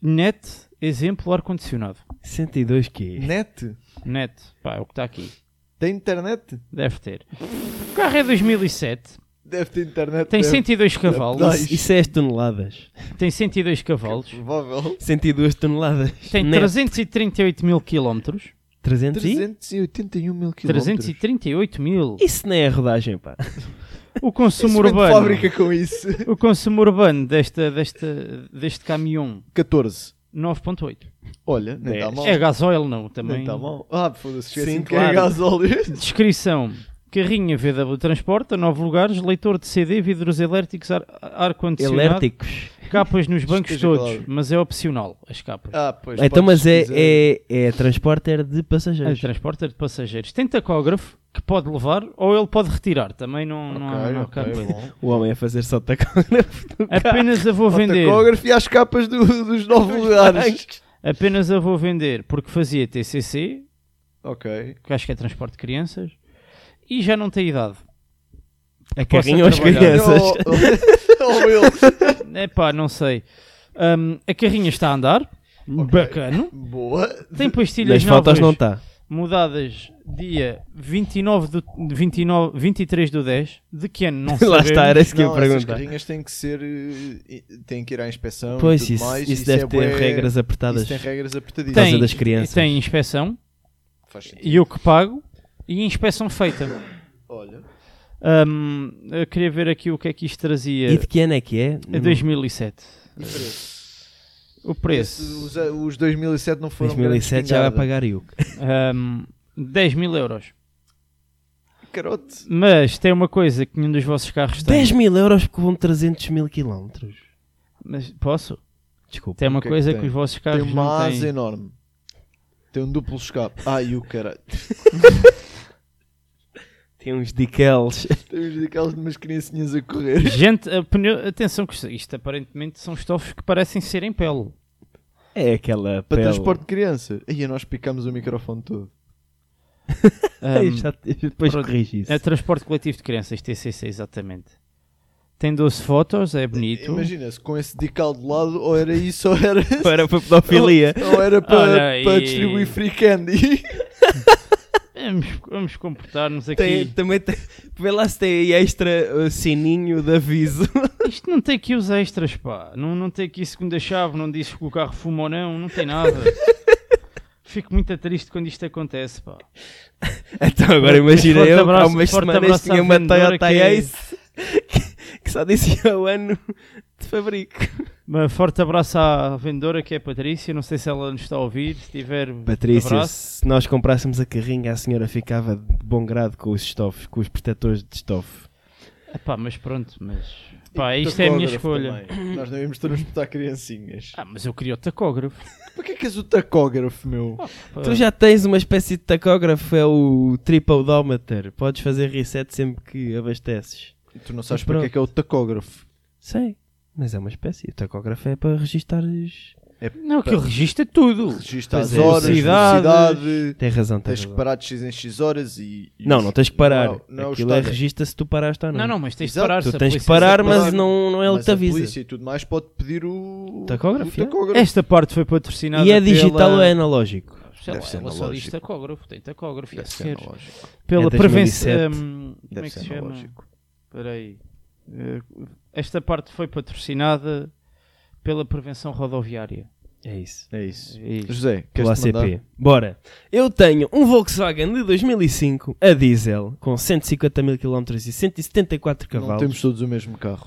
Speaker 1: net, exemplo ar-condicionado.
Speaker 2: 102 que
Speaker 3: Net?
Speaker 1: Net, pá, é o que está aqui.
Speaker 3: Tem internet?
Speaker 1: Deve ter. O carro é 2007,
Speaker 3: Deve ter internet.
Speaker 1: tem
Speaker 3: deve.
Speaker 1: 102 cavalos,
Speaker 3: Dois.
Speaker 2: Isso, isso é as toneladas.
Speaker 1: tem 102 cavalos,
Speaker 3: Provável.
Speaker 2: 102 toneladas.
Speaker 1: tem
Speaker 2: Net.
Speaker 1: 338 mil quilómetros.
Speaker 2: 300 e?
Speaker 3: 381 mil quilómetros.
Speaker 1: um 338
Speaker 3: <laughs>
Speaker 1: mil.
Speaker 2: Isso não é rodagem, pá.
Speaker 1: O consumo
Speaker 3: Isso vem de
Speaker 1: urbano.
Speaker 3: fábrica com isso. <laughs>
Speaker 1: O consumo urbano desta, desta, deste caminhão
Speaker 3: 14.
Speaker 1: 9.8.
Speaker 3: Olha, nem está mal.
Speaker 1: É gasóleo não, é? também.
Speaker 3: Nem está mal. Ah, foda-se, esqueci
Speaker 2: Sim,
Speaker 3: Sim, que é
Speaker 2: claro.
Speaker 3: gasóleo.
Speaker 1: Descrição: Carrinha VW Transporta, 9 lugares, leitor de CD, vidros elétricos, ar- ar-condicionado,
Speaker 2: Elérticos.
Speaker 1: capas nos bancos
Speaker 3: Esteja
Speaker 1: todos,
Speaker 3: claro.
Speaker 1: mas é opcional as capas.
Speaker 3: <laughs> Ah, pois.
Speaker 2: Então,
Speaker 3: podes
Speaker 2: mas é,
Speaker 3: dizer.
Speaker 2: é, é transporter de
Speaker 1: A
Speaker 2: passageiros.
Speaker 1: transporta um de passageiros. Tem tacógrafo que pode levar ou ele pode retirar, também não, não há, não há
Speaker 3: Ok,
Speaker 1: capa.
Speaker 3: <laughs> ok, bom.
Speaker 2: O homem a fazer só tacógrafo.
Speaker 1: Apenas a vou vender,
Speaker 3: Fotocógrafo e as capas do- dos novos lugares.
Speaker 1: apenas a vou vender porque fazia TCC,
Speaker 3: Ok.
Speaker 1: que acho que é transporte de crianças, e já não tem idade. Posso
Speaker 2: A É carrinho
Speaker 1: <laughs>
Speaker 2: às
Speaker 1: trabalhar.
Speaker 3: <laughs>
Speaker 2: crianças.
Speaker 3: Ou- ou- ou ele.
Speaker 1: É pá, não sei. Hum, a carrinha está a andar, bacano.
Speaker 3: Boa.
Speaker 1: Tem pastilhas
Speaker 2: Nas
Speaker 1: novas.
Speaker 2: fotos não tá- está.
Speaker 1: mudadas dia 29 do, 29, 23 do 10, de que ano? Não
Speaker 2: <laughs> Lá
Speaker 1: sabemos.
Speaker 2: está, era isso que eu
Speaker 3: Não,
Speaker 2: ia
Speaker 3: essas
Speaker 2: perguntar.
Speaker 3: carrinhas têm que ser. eh, i- têm que ir à inspeção. e
Speaker 2: Pois,
Speaker 3: tudo
Speaker 2: isso,
Speaker 3: mais.
Speaker 2: isso, deve
Speaker 3: é
Speaker 2: ter
Speaker 3: bué-
Speaker 2: regras apertadas.
Speaker 3: Isso tem regras apertadíssimas.
Speaker 2: causa
Speaker 1: Tem,
Speaker 2: das crianças.
Speaker 1: tem inspeção,
Speaker 3: Faz sentido.
Speaker 1: e eu que pago, e inspeção feita.
Speaker 3: Olha.
Speaker 1: Hum, eu queria ver aqui o que é que isto trazia.
Speaker 2: E de que ano é que é?
Speaker 1: É 2007.
Speaker 3: E preço?
Speaker 1: O
Speaker 3: Preço,
Speaker 1: preço,
Speaker 3: Os, eh, os 2007 não foram. grande
Speaker 2: 2007 já vai
Speaker 3: espingarda.
Speaker 2: pagar eu.
Speaker 1: hum, 10 mil euros.
Speaker 3: Carote.
Speaker 1: Mas tem uma coisa que nenhum dos vossos carros tem.
Speaker 2: 10 mil euros porque vão 300 mil quilómetros.
Speaker 1: Mas posso?
Speaker 2: Desculpa.
Speaker 1: Tem uma
Speaker 3: O que é que
Speaker 1: coisa que,
Speaker 3: tem?
Speaker 1: os vossos
Speaker 3: Tem
Speaker 1: carros
Speaker 3: uma
Speaker 1: não
Speaker 3: asa
Speaker 1: têm.
Speaker 3: enorme. Tem um duplo escape. Ai, o caralho. <laughs>
Speaker 2: Tem uns decals.
Speaker 3: Temos daquelas de umas criancinhas a correr.
Speaker 1: Gente, a pneu- atenção que isto, isto aparentemente são estofos que parecem ser em
Speaker 3: <laughs>
Speaker 1: pele.
Speaker 2: <laughs> É aquela
Speaker 3: Para
Speaker 2: pele.
Speaker 3: transporte de criança. Aí nós picamos o microfone todo.
Speaker 1: Hum,
Speaker 2: Ai, É, já- depois
Speaker 1: pronto.
Speaker 2: corrige isso.
Speaker 1: É transporte coletivo de crianças, TCC, exatamente. Tem 12 fotos, é bonito.
Speaker 3: Imagina-se com esse decal de lado, ou era isso,
Speaker 1: <laughs>
Speaker 3: ou era.
Speaker 2: Para para pedofilia.
Speaker 3: Ou era
Speaker 1: Olha
Speaker 3: para,
Speaker 1: aí.
Speaker 3: para distribuir free candy.
Speaker 1: Vamos, vamos comportar-nos aqui.
Speaker 2: <laughs> Tem, também tem, vê lá se tem aí extra uh, sininho de aviso.
Speaker 1: Isto não tem aqui os extras, pá. Não, não tem aqui segunda chave, não diz que o carro fuma ou não, não tem
Speaker 2: <laughs>
Speaker 1: nada. Fico muito triste quando isto acontece, pá.
Speaker 2: <laughs> Então agora imagina
Speaker 1: Forte
Speaker 2: eu,
Speaker 1: abraço-
Speaker 2: há umas
Speaker 1: forte
Speaker 2: semanas
Speaker 1: abraço à
Speaker 2: tinha uma
Speaker 1: vendedora é-
Speaker 2: Toyota
Speaker 1: que é-
Speaker 2: <laughs> Ace que, que só dizia o ano de fabrico.
Speaker 1: Um forte abraço à vendedora que é a Patrícia. Não sei se ela nos está a ouvir. Se tiver,
Speaker 2: Patrícia,
Speaker 1: abraço.
Speaker 2: se nós comprássemos a carrinha, a senhora ficava de bom grado com os estofos, com os protetores de estofo.
Speaker 1: Epá, mas pronto, mas. Pá, isto é a minha escolha.
Speaker 3: Nós não íamos todos botar criancinhas.
Speaker 1: Ah, mas eu queria o tacógrafo.
Speaker 3: Para que é que és o tacógrafo, meu?
Speaker 1: Pá,
Speaker 2: Tu já tens uma espécie de tacógrafo, é o tripodómeter. Podes fazer reset sempre que abasteces.
Speaker 3: Tu não
Speaker 2: Mas
Speaker 3: sabes para que é
Speaker 2: pronto.
Speaker 3: que é o tacógrafo.
Speaker 2: Sei, mas é uma espécie. O tacógrafo é para registar as...
Speaker 1: Não, aquilo registra tudo.
Speaker 3: Regista
Speaker 2: Pois
Speaker 3: as
Speaker 2: é,
Speaker 3: horas,
Speaker 1: velocidades.
Speaker 3: velocidade.
Speaker 2: Tem razão, tens
Speaker 3: Tens que
Speaker 2: razão.
Speaker 3: parar de X em X horas e. e
Speaker 2: Não, não tens que parar.
Speaker 3: Não, não é o
Speaker 2: Aquilo é
Speaker 3: estado.
Speaker 2: regista se tu paraste ou não.
Speaker 1: Não, não, mas tens de
Speaker 3: Exato,
Speaker 1: parar.
Speaker 2: Tu
Speaker 1: se a
Speaker 2: tens que
Speaker 1: polícia-
Speaker 2: parar,
Speaker 3: quiser parar,
Speaker 2: mas não, não é ele
Speaker 3: Mas
Speaker 2: que te
Speaker 3: a
Speaker 2: avisa.
Speaker 3: polícia e tudo mais pode pedir o.
Speaker 2: Tacógrafo, é?
Speaker 3: o tacógrafo.
Speaker 1: Esta parte foi patrocinada.
Speaker 2: E é digital
Speaker 1: pela...
Speaker 2: ou é analógico?
Speaker 1: Sei lá, é
Speaker 3: Deve ser
Speaker 1: ela só
Speaker 3: analógico.
Speaker 1: diz tacógrafo, tem tacógrafo.
Speaker 3: Deve
Speaker 1: isso
Speaker 3: ser
Speaker 1: queres.
Speaker 3: analógico.
Speaker 1: Pela
Speaker 2: É 2007.
Speaker 1: prevenção. hum, como
Speaker 3: Deve
Speaker 1: é que
Speaker 3: ser
Speaker 1: se chama?
Speaker 3: analógico.
Speaker 1: Espera aí. Eh, Esta parte foi patrocinada pela prevenção rodoviária.
Speaker 2: É isso.
Speaker 3: É isso.
Speaker 1: É isso.
Speaker 3: José,
Speaker 2: Pelo
Speaker 3: queres
Speaker 2: ACP.
Speaker 3: mandar?
Speaker 2: Bora. Eu tenho um Volkswagen de 2005 a diesel com 150 mil km e 174
Speaker 3: Não
Speaker 2: cavalos.
Speaker 3: temos todos o mesmo carro.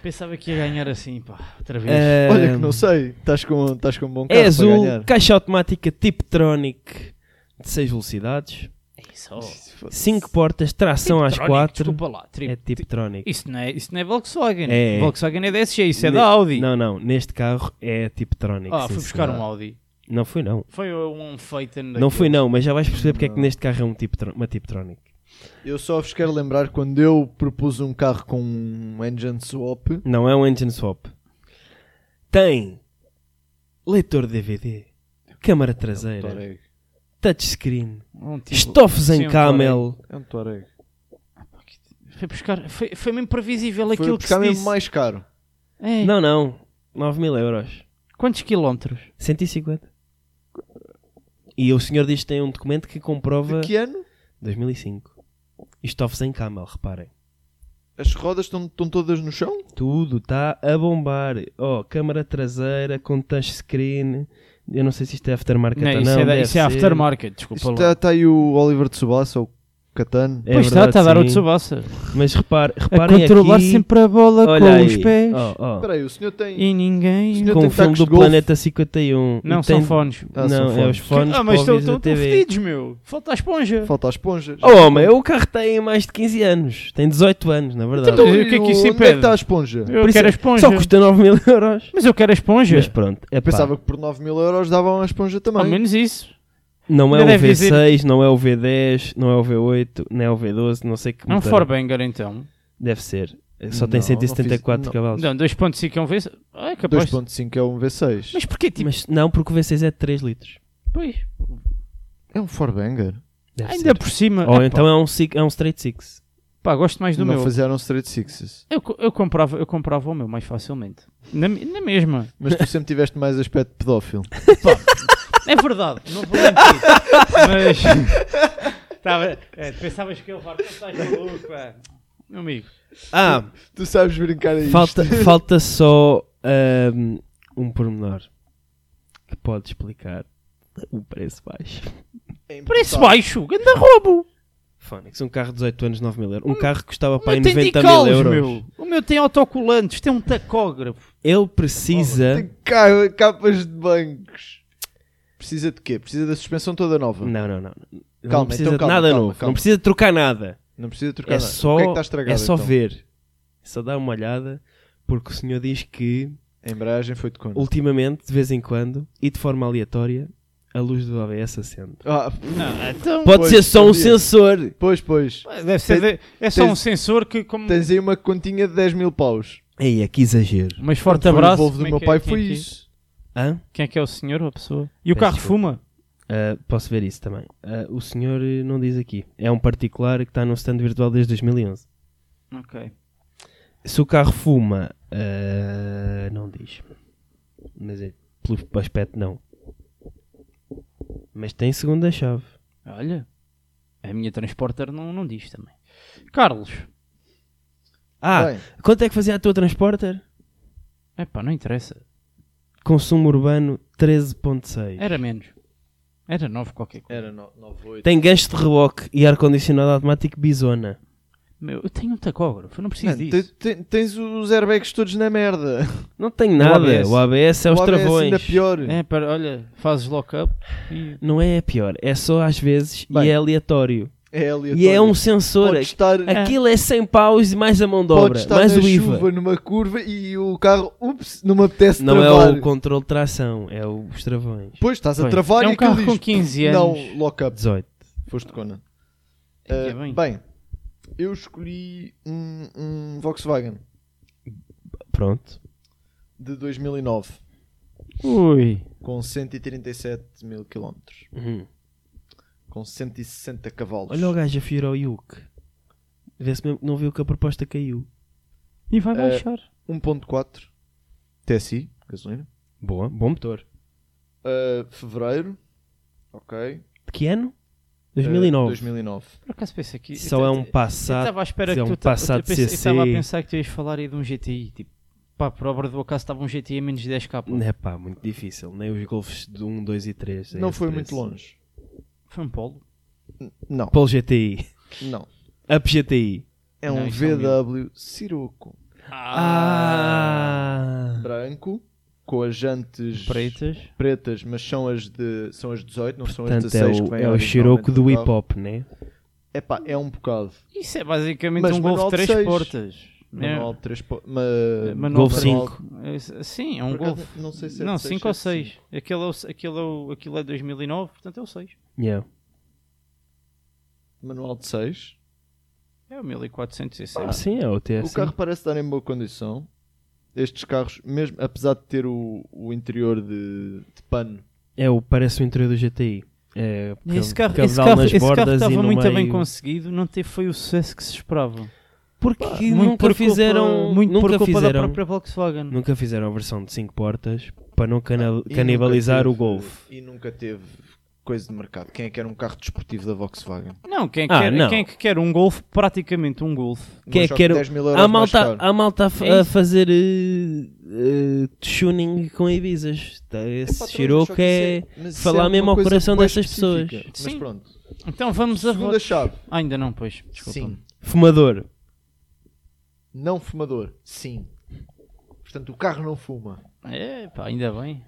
Speaker 1: Pensava que ia ganhar assim, pá, outra vez.
Speaker 2: Ahm,
Speaker 3: Olha que não sei, estás com, estás com um bom carro
Speaker 2: é
Speaker 3: para
Speaker 2: azul,
Speaker 3: ganhar.
Speaker 2: caixa automática Tiptronic de 6 velocidades,
Speaker 1: É
Speaker 3: Oh,
Speaker 1: isso, ó.
Speaker 2: 5 portas, tração às
Speaker 1: Tiptronic,
Speaker 2: 4.
Speaker 1: Tipo Desculpa lá, tri-
Speaker 2: É Tiptronic.
Speaker 1: Isso não é, isso não é Volkswagen.
Speaker 2: É.
Speaker 1: Volkswagen é DSG, isso é
Speaker 2: Ne-
Speaker 1: da Audi.
Speaker 2: Não, não, neste carro é Tiptronic.
Speaker 1: ah,
Speaker 2: sim,
Speaker 1: fui buscar
Speaker 2: senhor.
Speaker 1: um Audi.
Speaker 2: Não fui não.
Speaker 1: Foi um Phaeton.
Speaker 2: Não
Speaker 1: daqueles.
Speaker 2: fui não, mas já vais perceber porque é que
Speaker 3: Não.
Speaker 2: neste carro é um Tiptro- uma Tiptronic.
Speaker 3: Eu só vos quero lembrar quando eu propus um carro com um engine swap.
Speaker 2: Não é um engine swap. Tem leitor DVD, câmara traseira,
Speaker 3: É um Touareg.
Speaker 2: touchscreen,
Speaker 1: Um É tipo-
Speaker 2: estofos
Speaker 1: sim,
Speaker 2: em
Speaker 1: um
Speaker 2: camel.
Speaker 3: É um Touareg.
Speaker 1: Foi buscar, foi, foi mesmo previsível
Speaker 3: Foi
Speaker 1: aquilo que se
Speaker 3: buscar mesmo
Speaker 1: disse.
Speaker 3: mais caro.
Speaker 1: É.
Speaker 2: Não, não. 9 mil euros.
Speaker 1: Quantos quilómetros?
Speaker 2: 150. E o senhor diz que tem um documento que comprova
Speaker 3: De que ano?
Speaker 2: 2005. E estofos em camel, reparem.
Speaker 3: As rodas estão, estão todas no chão?
Speaker 2: Tudo está a bombar. Ó, câmara traseira com touchscreen. Eu não sei se isto é aftermarket
Speaker 1: Não,
Speaker 2: ou
Speaker 1: isso
Speaker 2: não.
Speaker 1: é, da-
Speaker 2: deve
Speaker 1: isso é
Speaker 2: ser.
Speaker 1: aftermarket, desculpa
Speaker 3: Isto
Speaker 1: lá.
Speaker 3: está, está aí o Oliver Tsubasa ou Catano.
Speaker 2: É
Speaker 1: pois está,
Speaker 2: verdade,
Speaker 1: está a dar o
Speaker 2: sim.
Speaker 1: Tsubasa.
Speaker 2: Mas repare,
Speaker 1: A
Speaker 2: reparem
Speaker 1: controlar
Speaker 2: aqui...
Speaker 1: sempre a bola
Speaker 2: Olha
Speaker 1: com
Speaker 2: aí. Oh.
Speaker 1: os pés.
Speaker 2: Ó, ó.
Speaker 3: Espera aí, o senhor tem.
Speaker 1: E ninguém.
Speaker 3: Senhor-
Speaker 2: Com
Speaker 3: tem
Speaker 2: o filme
Speaker 3: tacos de
Speaker 2: do
Speaker 3: golfe.
Speaker 2: Planeta 51.
Speaker 1: Não
Speaker 2: e
Speaker 1: são
Speaker 2: tem-
Speaker 1: fones.
Speaker 3: Ah, são
Speaker 2: não, é
Speaker 3: fones.
Speaker 2: os fones
Speaker 1: ah, mas
Speaker 2: para
Speaker 1: estão, estão,
Speaker 2: ouvires na
Speaker 1: estão
Speaker 2: TV.
Speaker 1: fedidos, meu. Falta a esponja.
Speaker 3: Falta a esponja. Já-
Speaker 2: Oh, mas o carro tem mais de 15 anos. Tem 18 anos, na verdade.
Speaker 1: Então, o que é que isso
Speaker 3: Onde é
Speaker 1: impede?
Speaker 3: que está a esponja?
Speaker 1: Eu
Speaker 2: Por isso
Speaker 1: quero a
Speaker 2: é-
Speaker 1: esponja.
Speaker 2: Só custa 9 mil euros.
Speaker 1: Mas eu quero a esponja.
Speaker 2: Mas pronto, é
Speaker 3: Eu pensava que por 9 mil euros davam a esponja
Speaker 1: Ao
Speaker 2: Ah,
Speaker 3: também.
Speaker 1: menos isso.
Speaker 2: Não é
Speaker 1: ainda
Speaker 2: o
Speaker 1: deve
Speaker 2: V6, não é o V10, não é o V8, não é o V12, não sei que
Speaker 1: É um
Speaker 2: motor.
Speaker 1: Forbanger então.
Speaker 2: Deve ser. Só tem
Speaker 3: Não,
Speaker 2: 174
Speaker 3: não fiz-
Speaker 2: cavalos.
Speaker 1: Não, 2.5 é um vez. Ah, é capaz.
Speaker 3: 2.5 é um V6.
Speaker 1: Mas porquê tipo.
Speaker 2: Mas não, porque o V6 é de 3 litros.
Speaker 1: Pois.
Speaker 3: É um Forbanger.
Speaker 2: Deve
Speaker 1: Ainda
Speaker 2: ser.
Speaker 1: por cima.
Speaker 2: Ou
Speaker 1: Ah,
Speaker 2: então é um, six- é um straight 6.
Speaker 1: Pá, gosto mais do
Speaker 3: Não
Speaker 2: é
Speaker 1: meu.
Speaker 3: fizeram straight sixes.
Speaker 1: Eu, co- eu, comprava, eu comprava o meu mais facilmente. Na, mi- na mesma.
Speaker 3: Mas tu sempre tiveste mais aspecto de pedófilo.
Speaker 1: É verdade, não vou mentir. Mas. <laughs> Tava, é, pensavas que eu farto, estás maluco, pá. Meu amigo.
Speaker 2: Ah,
Speaker 3: <laughs> Tu sabes brincar aí.
Speaker 2: falta, falta só ahm, um pormenor que pode explicar o preço baixo.
Speaker 1: Preço baixo, ganda roubo.
Speaker 2: Fónix, um carro de 18 anos, 9 mil euros. Um carro que custava
Speaker 1: O
Speaker 2: para aí
Speaker 1: meu tem
Speaker 2: 90
Speaker 1: dicalos,
Speaker 2: mil euros.
Speaker 1: meu. O meu tem autocolantes, tem um tacógrafo.
Speaker 2: Ele precisa.
Speaker 3: Tem ca- capas de bancos. Precisa de quê? Precisa da suspensão toda nova.
Speaker 2: Não, não, não. Ele
Speaker 3: Calma,
Speaker 2: não precisa
Speaker 3: então
Speaker 2: de
Speaker 3: calma,
Speaker 2: nada
Speaker 3: calma,
Speaker 2: novo.
Speaker 3: calma.
Speaker 2: Não precisa de trocar nada.
Speaker 3: Não precisa de trocar
Speaker 2: É
Speaker 3: nada.
Speaker 2: só,
Speaker 3: O que é que está estragado?
Speaker 2: é só
Speaker 3: então?
Speaker 2: ver. É só dar uma olhada. Porque o senhor diz que,
Speaker 3: A embreagem foi de cone.
Speaker 2: ultimamente, de vez em quando, e de forma aleatória, a luz do ABS acende.
Speaker 3: Ah,
Speaker 1: Ah, então.
Speaker 2: Pode
Speaker 3: Pois,
Speaker 2: ser só um
Speaker 3: sabia.
Speaker 2: sensor.
Speaker 3: pois, pois.
Speaker 1: Deve ser. de- é só
Speaker 3: tens-
Speaker 1: um sensor que, como.
Speaker 3: Hum. Tens aí uma continha de 10 mil paus.
Speaker 2: Ei, é que exagero.
Speaker 1: Mas um forte
Speaker 3: Foi o
Speaker 1: abraço.
Speaker 3: Volvo do
Speaker 1: Como é
Speaker 3: meu
Speaker 1: que é-
Speaker 3: pai
Speaker 1: quem é
Speaker 3: foi
Speaker 1: que é?
Speaker 3: isso.
Speaker 2: Hã?
Speaker 1: Quem é que é o senhor ou a pessoa? E o
Speaker 2: Peço
Speaker 1: carro
Speaker 2: desculpa.
Speaker 1: fuma?
Speaker 2: Ah, posso ver isso também. Ah, o senhor eh, não diz aqui. É um particular que está no stand virtual desde 2011.
Speaker 1: Ok.
Speaker 2: Se o carro fuma, ah, não diz. Mas é, pelo aspecto, não. Mas tem segunda chave.
Speaker 1: Olha. A minha transporter não, não diz também. Carlos.
Speaker 2: Ah,
Speaker 3: Bem,
Speaker 2: quanto é que fazia a tua transporter?
Speaker 1: Epá, não interessa.
Speaker 2: Consumo urbano 13.6.
Speaker 1: Era menos. Era novo qualquer coisa.
Speaker 3: era 9.8.
Speaker 2: Tem gancho de reboque e ar-condicionado automático bisona.
Speaker 1: Meu, eu tenho um tacógrafo, eu não preciso
Speaker 3: Mano, te-
Speaker 1: disso.
Speaker 3: te- tens os airbags todos na merda.
Speaker 2: Não tenho nada.
Speaker 1: ABS.
Speaker 2: O ABS é os
Speaker 3: O ABS
Speaker 2: travões.
Speaker 3: ainda pior.
Speaker 1: É, para, olha, fazes lock-up e
Speaker 2: Não é pior, é só às vezes e
Speaker 3: Bem,
Speaker 2: é aleatório.
Speaker 3: É aleatório.
Speaker 2: E é um sensor.
Speaker 3: Pode estar,
Speaker 2: Aquilo é 100 paus e mais a mão de
Speaker 3: pode
Speaker 2: obra,
Speaker 3: estar
Speaker 2: mais
Speaker 3: na
Speaker 2: o IVA.
Speaker 3: chuva numa curva e o carro, ups, não me apetece
Speaker 2: Não
Speaker 3: travar.
Speaker 2: é o controle de tração, é o- os travões.
Speaker 3: Pois, estás a
Speaker 1: Pois.
Speaker 3: travar
Speaker 1: É
Speaker 3: e
Speaker 1: um
Speaker 3: aquilo
Speaker 1: carro
Speaker 3: diz,
Speaker 1: com 15
Speaker 3: Não,
Speaker 1: anos.
Speaker 3: lock up.
Speaker 2: 18.
Speaker 3: Foste Conan.
Speaker 1: É,
Speaker 3: Ah,
Speaker 1: bem.
Speaker 3: bem, eu escolhi um, um Volkswagen
Speaker 2: Pronto.
Speaker 3: de 2009
Speaker 1: Ui,
Speaker 3: com 137 mil quilómetros,
Speaker 2: Uhum.
Speaker 3: com 160 cavalos.
Speaker 2: Olha o gajo a fio ao Yuke. Vê-se mesmo que não viu que a proposta caiu.
Speaker 1: e vai
Speaker 3: É.
Speaker 1: baixar.
Speaker 3: 1.4 TSI, gasolina.
Speaker 2: Boa, bom motor.
Speaker 3: Ah, fevereiro, ok. Eh,
Speaker 2: De que ano?
Speaker 3: Ah,
Speaker 2: 2009.
Speaker 3: 2009.
Speaker 1: Por acaso pensei que.
Speaker 2: Só é um
Speaker 1: Eu
Speaker 2: passado.
Speaker 1: estava à espera
Speaker 2: é
Speaker 1: que
Speaker 2: um
Speaker 1: tu
Speaker 2: Passat
Speaker 1: eu pensei- eu
Speaker 2: CC.
Speaker 1: estava a pensar que tu ias falar aí de um GTI. Tipo, pá, por obra do acaso estava um GTI a menos de 10k. pô.
Speaker 2: É pá, muito difícil. Nem os Golfs de 1, 2 e é 3.
Speaker 3: Não foi muito longe.
Speaker 1: Foi um Polo.
Speaker 3: Não,
Speaker 2: Polo GTI.
Speaker 3: não.
Speaker 2: Up GTI.
Speaker 3: É
Speaker 1: Não,
Speaker 3: um
Speaker 1: isso é um
Speaker 3: VW Sirocco
Speaker 2: Ah!
Speaker 3: branco com as jantes
Speaker 1: Pretas.
Speaker 3: pretas, mas são as de são as 18, não são as
Speaker 2: Portanto,
Speaker 3: 16
Speaker 2: é
Speaker 3: que
Speaker 2: o,
Speaker 3: vêm
Speaker 2: é o
Speaker 3: originalmente
Speaker 2: Xiroco do
Speaker 3: carro.
Speaker 2: hip hop, né?
Speaker 3: Epá, é um bocado.
Speaker 1: Isso é basicamente
Speaker 3: Mas
Speaker 1: um Golf
Speaker 3: manual de
Speaker 1: 3
Speaker 3: seis.
Speaker 1: portas.
Speaker 3: Manual de 3 po... ma...
Speaker 1: É,
Speaker 2: Golf
Speaker 1: manual-
Speaker 2: 5.
Speaker 1: É, Sim, é um
Speaker 3: Por acaso,
Speaker 1: Golf.
Speaker 3: Não sei se é
Speaker 1: Não,
Speaker 3: de seis,
Speaker 1: 5 ou
Speaker 3: é de
Speaker 1: 6.
Speaker 3: cinco.
Speaker 1: Aquilo é, o- aquilo, é o- aquilo é 2009, portanto é o 6.
Speaker 2: Yeah.
Speaker 3: Manual de 6.
Speaker 1: É o 1406.
Speaker 2: Ah, sim, é o TSI.
Speaker 3: O carro parece estar em boa condição. Estes carros, mesmo apesar de ter o, o interior de, de pano,
Speaker 2: É o, parece o interior do GTI. É,
Speaker 1: Esse
Speaker 2: cab-
Speaker 1: carro, esse
Speaker 2: cabedal
Speaker 1: carro,
Speaker 2: nas
Speaker 1: esse carro
Speaker 2: bordas e
Speaker 1: estava
Speaker 2: no
Speaker 1: muito bem
Speaker 2: meio.
Speaker 1: conseguido, não teve foi o sucesso que se esperava.
Speaker 2: Porque
Speaker 1: Muito
Speaker 2: nunca
Speaker 1: por culpa-
Speaker 2: fizeram.
Speaker 1: muito por
Speaker 2: nunca
Speaker 1: culpa da
Speaker 2: fizeram.
Speaker 1: própria Volkswagen.
Speaker 2: Nunca fizeram a versão de 5 portas para não cana-
Speaker 3: Ah, e
Speaker 2: canibalizar
Speaker 3: nunca
Speaker 2: o
Speaker 3: teve-
Speaker 2: Golf.
Speaker 3: E nunca teve coisa de mercado. Quem é que era um carro desportivo da Volkswagen?
Speaker 1: Não, quem,
Speaker 2: Ah,
Speaker 1: quer,
Speaker 2: não.
Speaker 1: quem é que quer um Golf, praticamente um Golf.
Speaker 2: Quem é
Speaker 3: Mas só
Speaker 2: que era-
Speaker 3: 10 mil euros
Speaker 2: Há
Speaker 3: mais
Speaker 2: malta,
Speaker 3: caro.
Speaker 2: há malta a, fa-
Speaker 1: É
Speaker 2: a
Speaker 1: isso.
Speaker 2: fazer eh, eh, tuning com Ibizas. Tá, Esse
Speaker 3: Patrão,
Speaker 2: Xiroco
Speaker 3: só que
Speaker 2: é.
Speaker 3: isso mas isso
Speaker 2: falar
Speaker 3: uma
Speaker 2: mesmo ao
Speaker 3: coisa
Speaker 2: coração
Speaker 3: bué
Speaker 2: dessas
Speaker 3: específica.
Speaker 2: pessoas.
Speaker 1: Sim.
Speaker 3: Mas pronto.
Speaker 1: Então vamos a
Speaker 3: Segunda
Speaker 1: votar.
Speaker 3: chave.
Speaker 1: Ah, ainda não, pois. Desculpa.
Speaker 3: Sim.
Speaker 2: Fumador.
Speaker 3: Não fumador. Sim. Portanto, o carro não fuma.
Speaker 1: É, pá, ainda bem.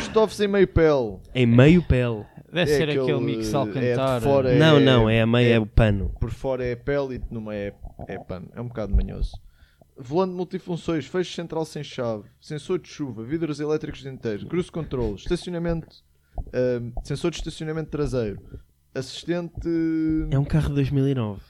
Speaker 3: Estofes em meio pele.
Speaker 2: Em é meio pele.
Speaker 1: Deve
Speaker 3: É
Speaker 1: ser aquele,
Speaker 3: aquele,
Speaker 1: mix
Speaker 3: é
Speaker 1: Alcantara.
Speaker 3: de fora. É-
Speaker 2: não, não, é a meio, é, o pano.
Speaker 3: Por fora é pele e de numa é, é pano. É um bocado manhoso. Volante multifunções, fecho central sem chave, sensor de chuva, vidros elétricos inteiros, cruise control, estacionamento, ahm, sensor de estacionamento traseiro, assistente.
Speaker 2: É um carro de 2009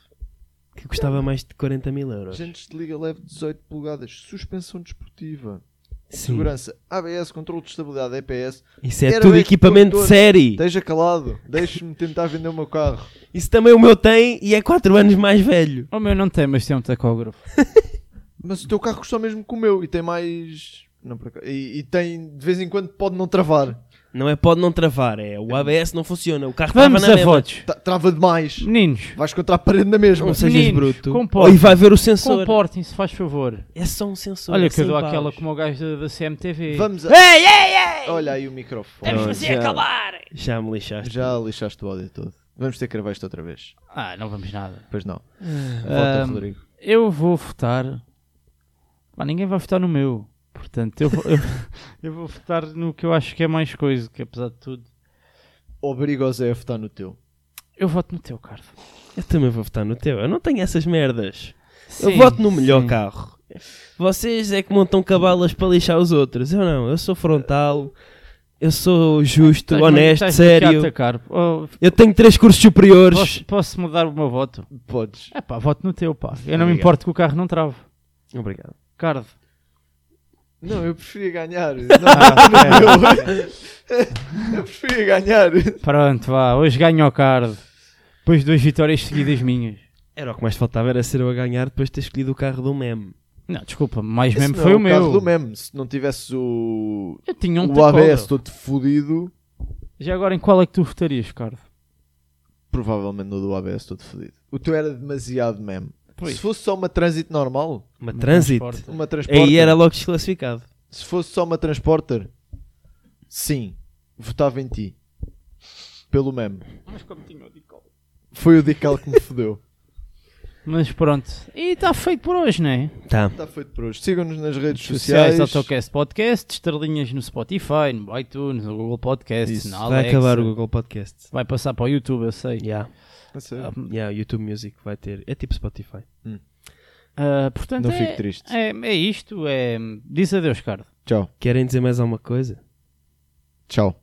Speaker 2: que custava mais de 40 mil euros.
Speaker 3: Gente de liga leve 18 polegadas, suspensão desportiva,
Speaker 2: Sim.
Speaker 3: segurança, ABS, controle de estabilidade, EPS.
Speaker 2: Isso é
Speaker 3: Era
Speaker 2: tudo
Speaker 3: bem
Speaker 2: equipamento de
Speaker 3: condutor.
Speaker 2: série.
Speaker 3: Esteja calado, deixe-me tentar vender o meu carro.
Speaker 2: Isso também o meu tem e é 4 anos mais velho.
Speaker 1: O meu não tem, mas tem um tacógrafo.
Speaker 3: Mas o teu carro custou mesmo que o meu e tem mais. Não, por acaso. E, e tem, de vez em quando, pode não travar.
Speaker 2: Não é pode não travar, é o ABS não funciona, o carro
Speaker 1: Vamos
Speaker 2: trava
Speaker 1: a
Speaker 2: na mesma.
Speaker 1: votos.
Speaker 3: Tra- Tá, trava demais.
Speaker 1: Meninos, oh,
Speaker 3: Vais contra a parede na mesma.
Speaker 2: Não sejas
Speaker 1: Meninos,
Speaker 2: bruto.
Speaker 1: comportem.
Speaker 2: Oh, e vai ver o sensor.
Speaker 1: comportem-se, faz favor.
Speaker 2: É só um sensor.
Speaker 1: Olha que eu
Speaker 2: sem
Speaker 1: dou
Speaker 2: paus.
Speaker 1: aquela como o gajo da, da CMTV.
Speaker 3: Vamos a...
Speaker 1: Ei, ei, ei!
Speaker 3: Olha aí o microfone.
Speaker 1: Temos
Speaker 2: Não,
Speaker 1: de se
Speaker 2: Oh, já.
Speaker 1: acabar!
Speaker 2: Já me lixaste.
Speaker 3: Já lixaste o áudio todo. Vamos ter que gravar isto outra vez.
Speaker 1: Ah, não vamos nada.
Speaker 3: Pois não.
Speaker 1: Ah,
Speaker 3: Volta, Rodrigo.
Speaker 1: Eu vou votar. Pá, ninguém vai votar no meu. Portanto, eu vou, <laughs> eu, eu vou votar no que eu acho que é mais coisa, que apesar de tudo.
Speaker 3: Obriga o Zé a votar no teu.
Speaker 1: Eu voto no teu, Carlos.
Speaker 2: Eu também vou votar no teu. Eu não tenho essas merdas. eu
Speaker 1: Sim,
Speaker 2: voto no melhor
Speaker 1: sim.
Speaker 2: carro. Vocês é que montam cabalas para lixar os outros. Eu não. Eu sou frontal. Eu sou justo,
Speaker 1: Estás-me-
Speaker 2: honesto,
Speaker 1: estás-me aqui a
Speaker 2: sério.
Speaker 1: atacar. Oh,
Speaker 2: Eu tenho três cursos superiores.
Speaker 1: posso, posso mudar o meu voto?
Speaker 3: Podes.
Speaker 1: É pá, voto no teu, pá. Eu não me
Speaker 2: Obrigado.
Speaker 1: importo que o carro não trave.
Speaker 2: Obrigado.
Speaker 1: Cardo.
Speaker 3: Não, eu preferia ganhar. <laughs> Não, Ah, não, eu... eu preferia ganhar.
Speaker 1: Pronto, vá. Hoje ganho ao Cardo. Depois de duas vitórias seguidas minhas.
Speaker 2: Era o que mais faltava era ser eu a ganhar depois de ter escolhido o carro do meme.
Speaker 1: Não, desculpa, mais
Speaker 3: Esse
Speaker 1: mesmo
Speaker 3: não
Speaker 1: foi
Speaker 3: é
Speaker 1: o meu.
Speaker 3: carro do meme. Se não tivesse o,
Speaker 1: Eu tinha um
Speaker 3: o ABS
Speaker 1: tacógrafo.
Speaker 3: todo fodido,
Speaker 1: Já agora em qual é que tu votarias, Cardo?
Speaker 3: provavelmente no do ABS todo fodido. O teu era demasiado meme.
Speaker 1: Pois.
Speaker 3: Se fosse só uma trânsito normal,
Speaker 2: Uma
Speaker 1: Um
Speaker 2: trânsito.
Speaker 1: transporte.
Speaker 3: uma transporter,
Speaker 2: Aí era logo desclassificado.
Speaker 3: se fosse só uma transporter, sim, votava em ti. Pelo meme.
Speaker 1: Mas como tinha o Dicol.
Speaker 3: <laughs> Foi o Dical que me fodeu.
Speaker 1: Mas pronto. E está feito por hoje, não é?
Speaker 2: Tá.
Speaker 3: Está feito por hoje. Sigam-nos nas redes sociais.
Speaker 1: Sociais, Autocast Podcast, estrelinhas no Spotify, no iTunes, no Google Podcast,
Speaker 3: Isso.
Speaker 1: na
Speaker 2: Vai
Speaker 1: Alexa.
Speaker 2: acabar o Google Podcast.
Speaker 1: Vai passar para o YouTube, eu sei.
Speaker 2: Yeah.
Speaker 3: Não sei.
Speaker 1: Ah,
Speaker 2: Yeah, YouTube Music vai ter. É tipo Spotify.
Speaker 1: ah, portanto,
Speaker 3: Não
Speaker 1: é,
Speaker 3: fico triste.
Speaker 1: É, é isto. É... Diz adeus, Carlos.
Speaker 3: Tchau.
Speaker 2: Querem dizer mais alguma coisa?
Speaker 3: Tchau.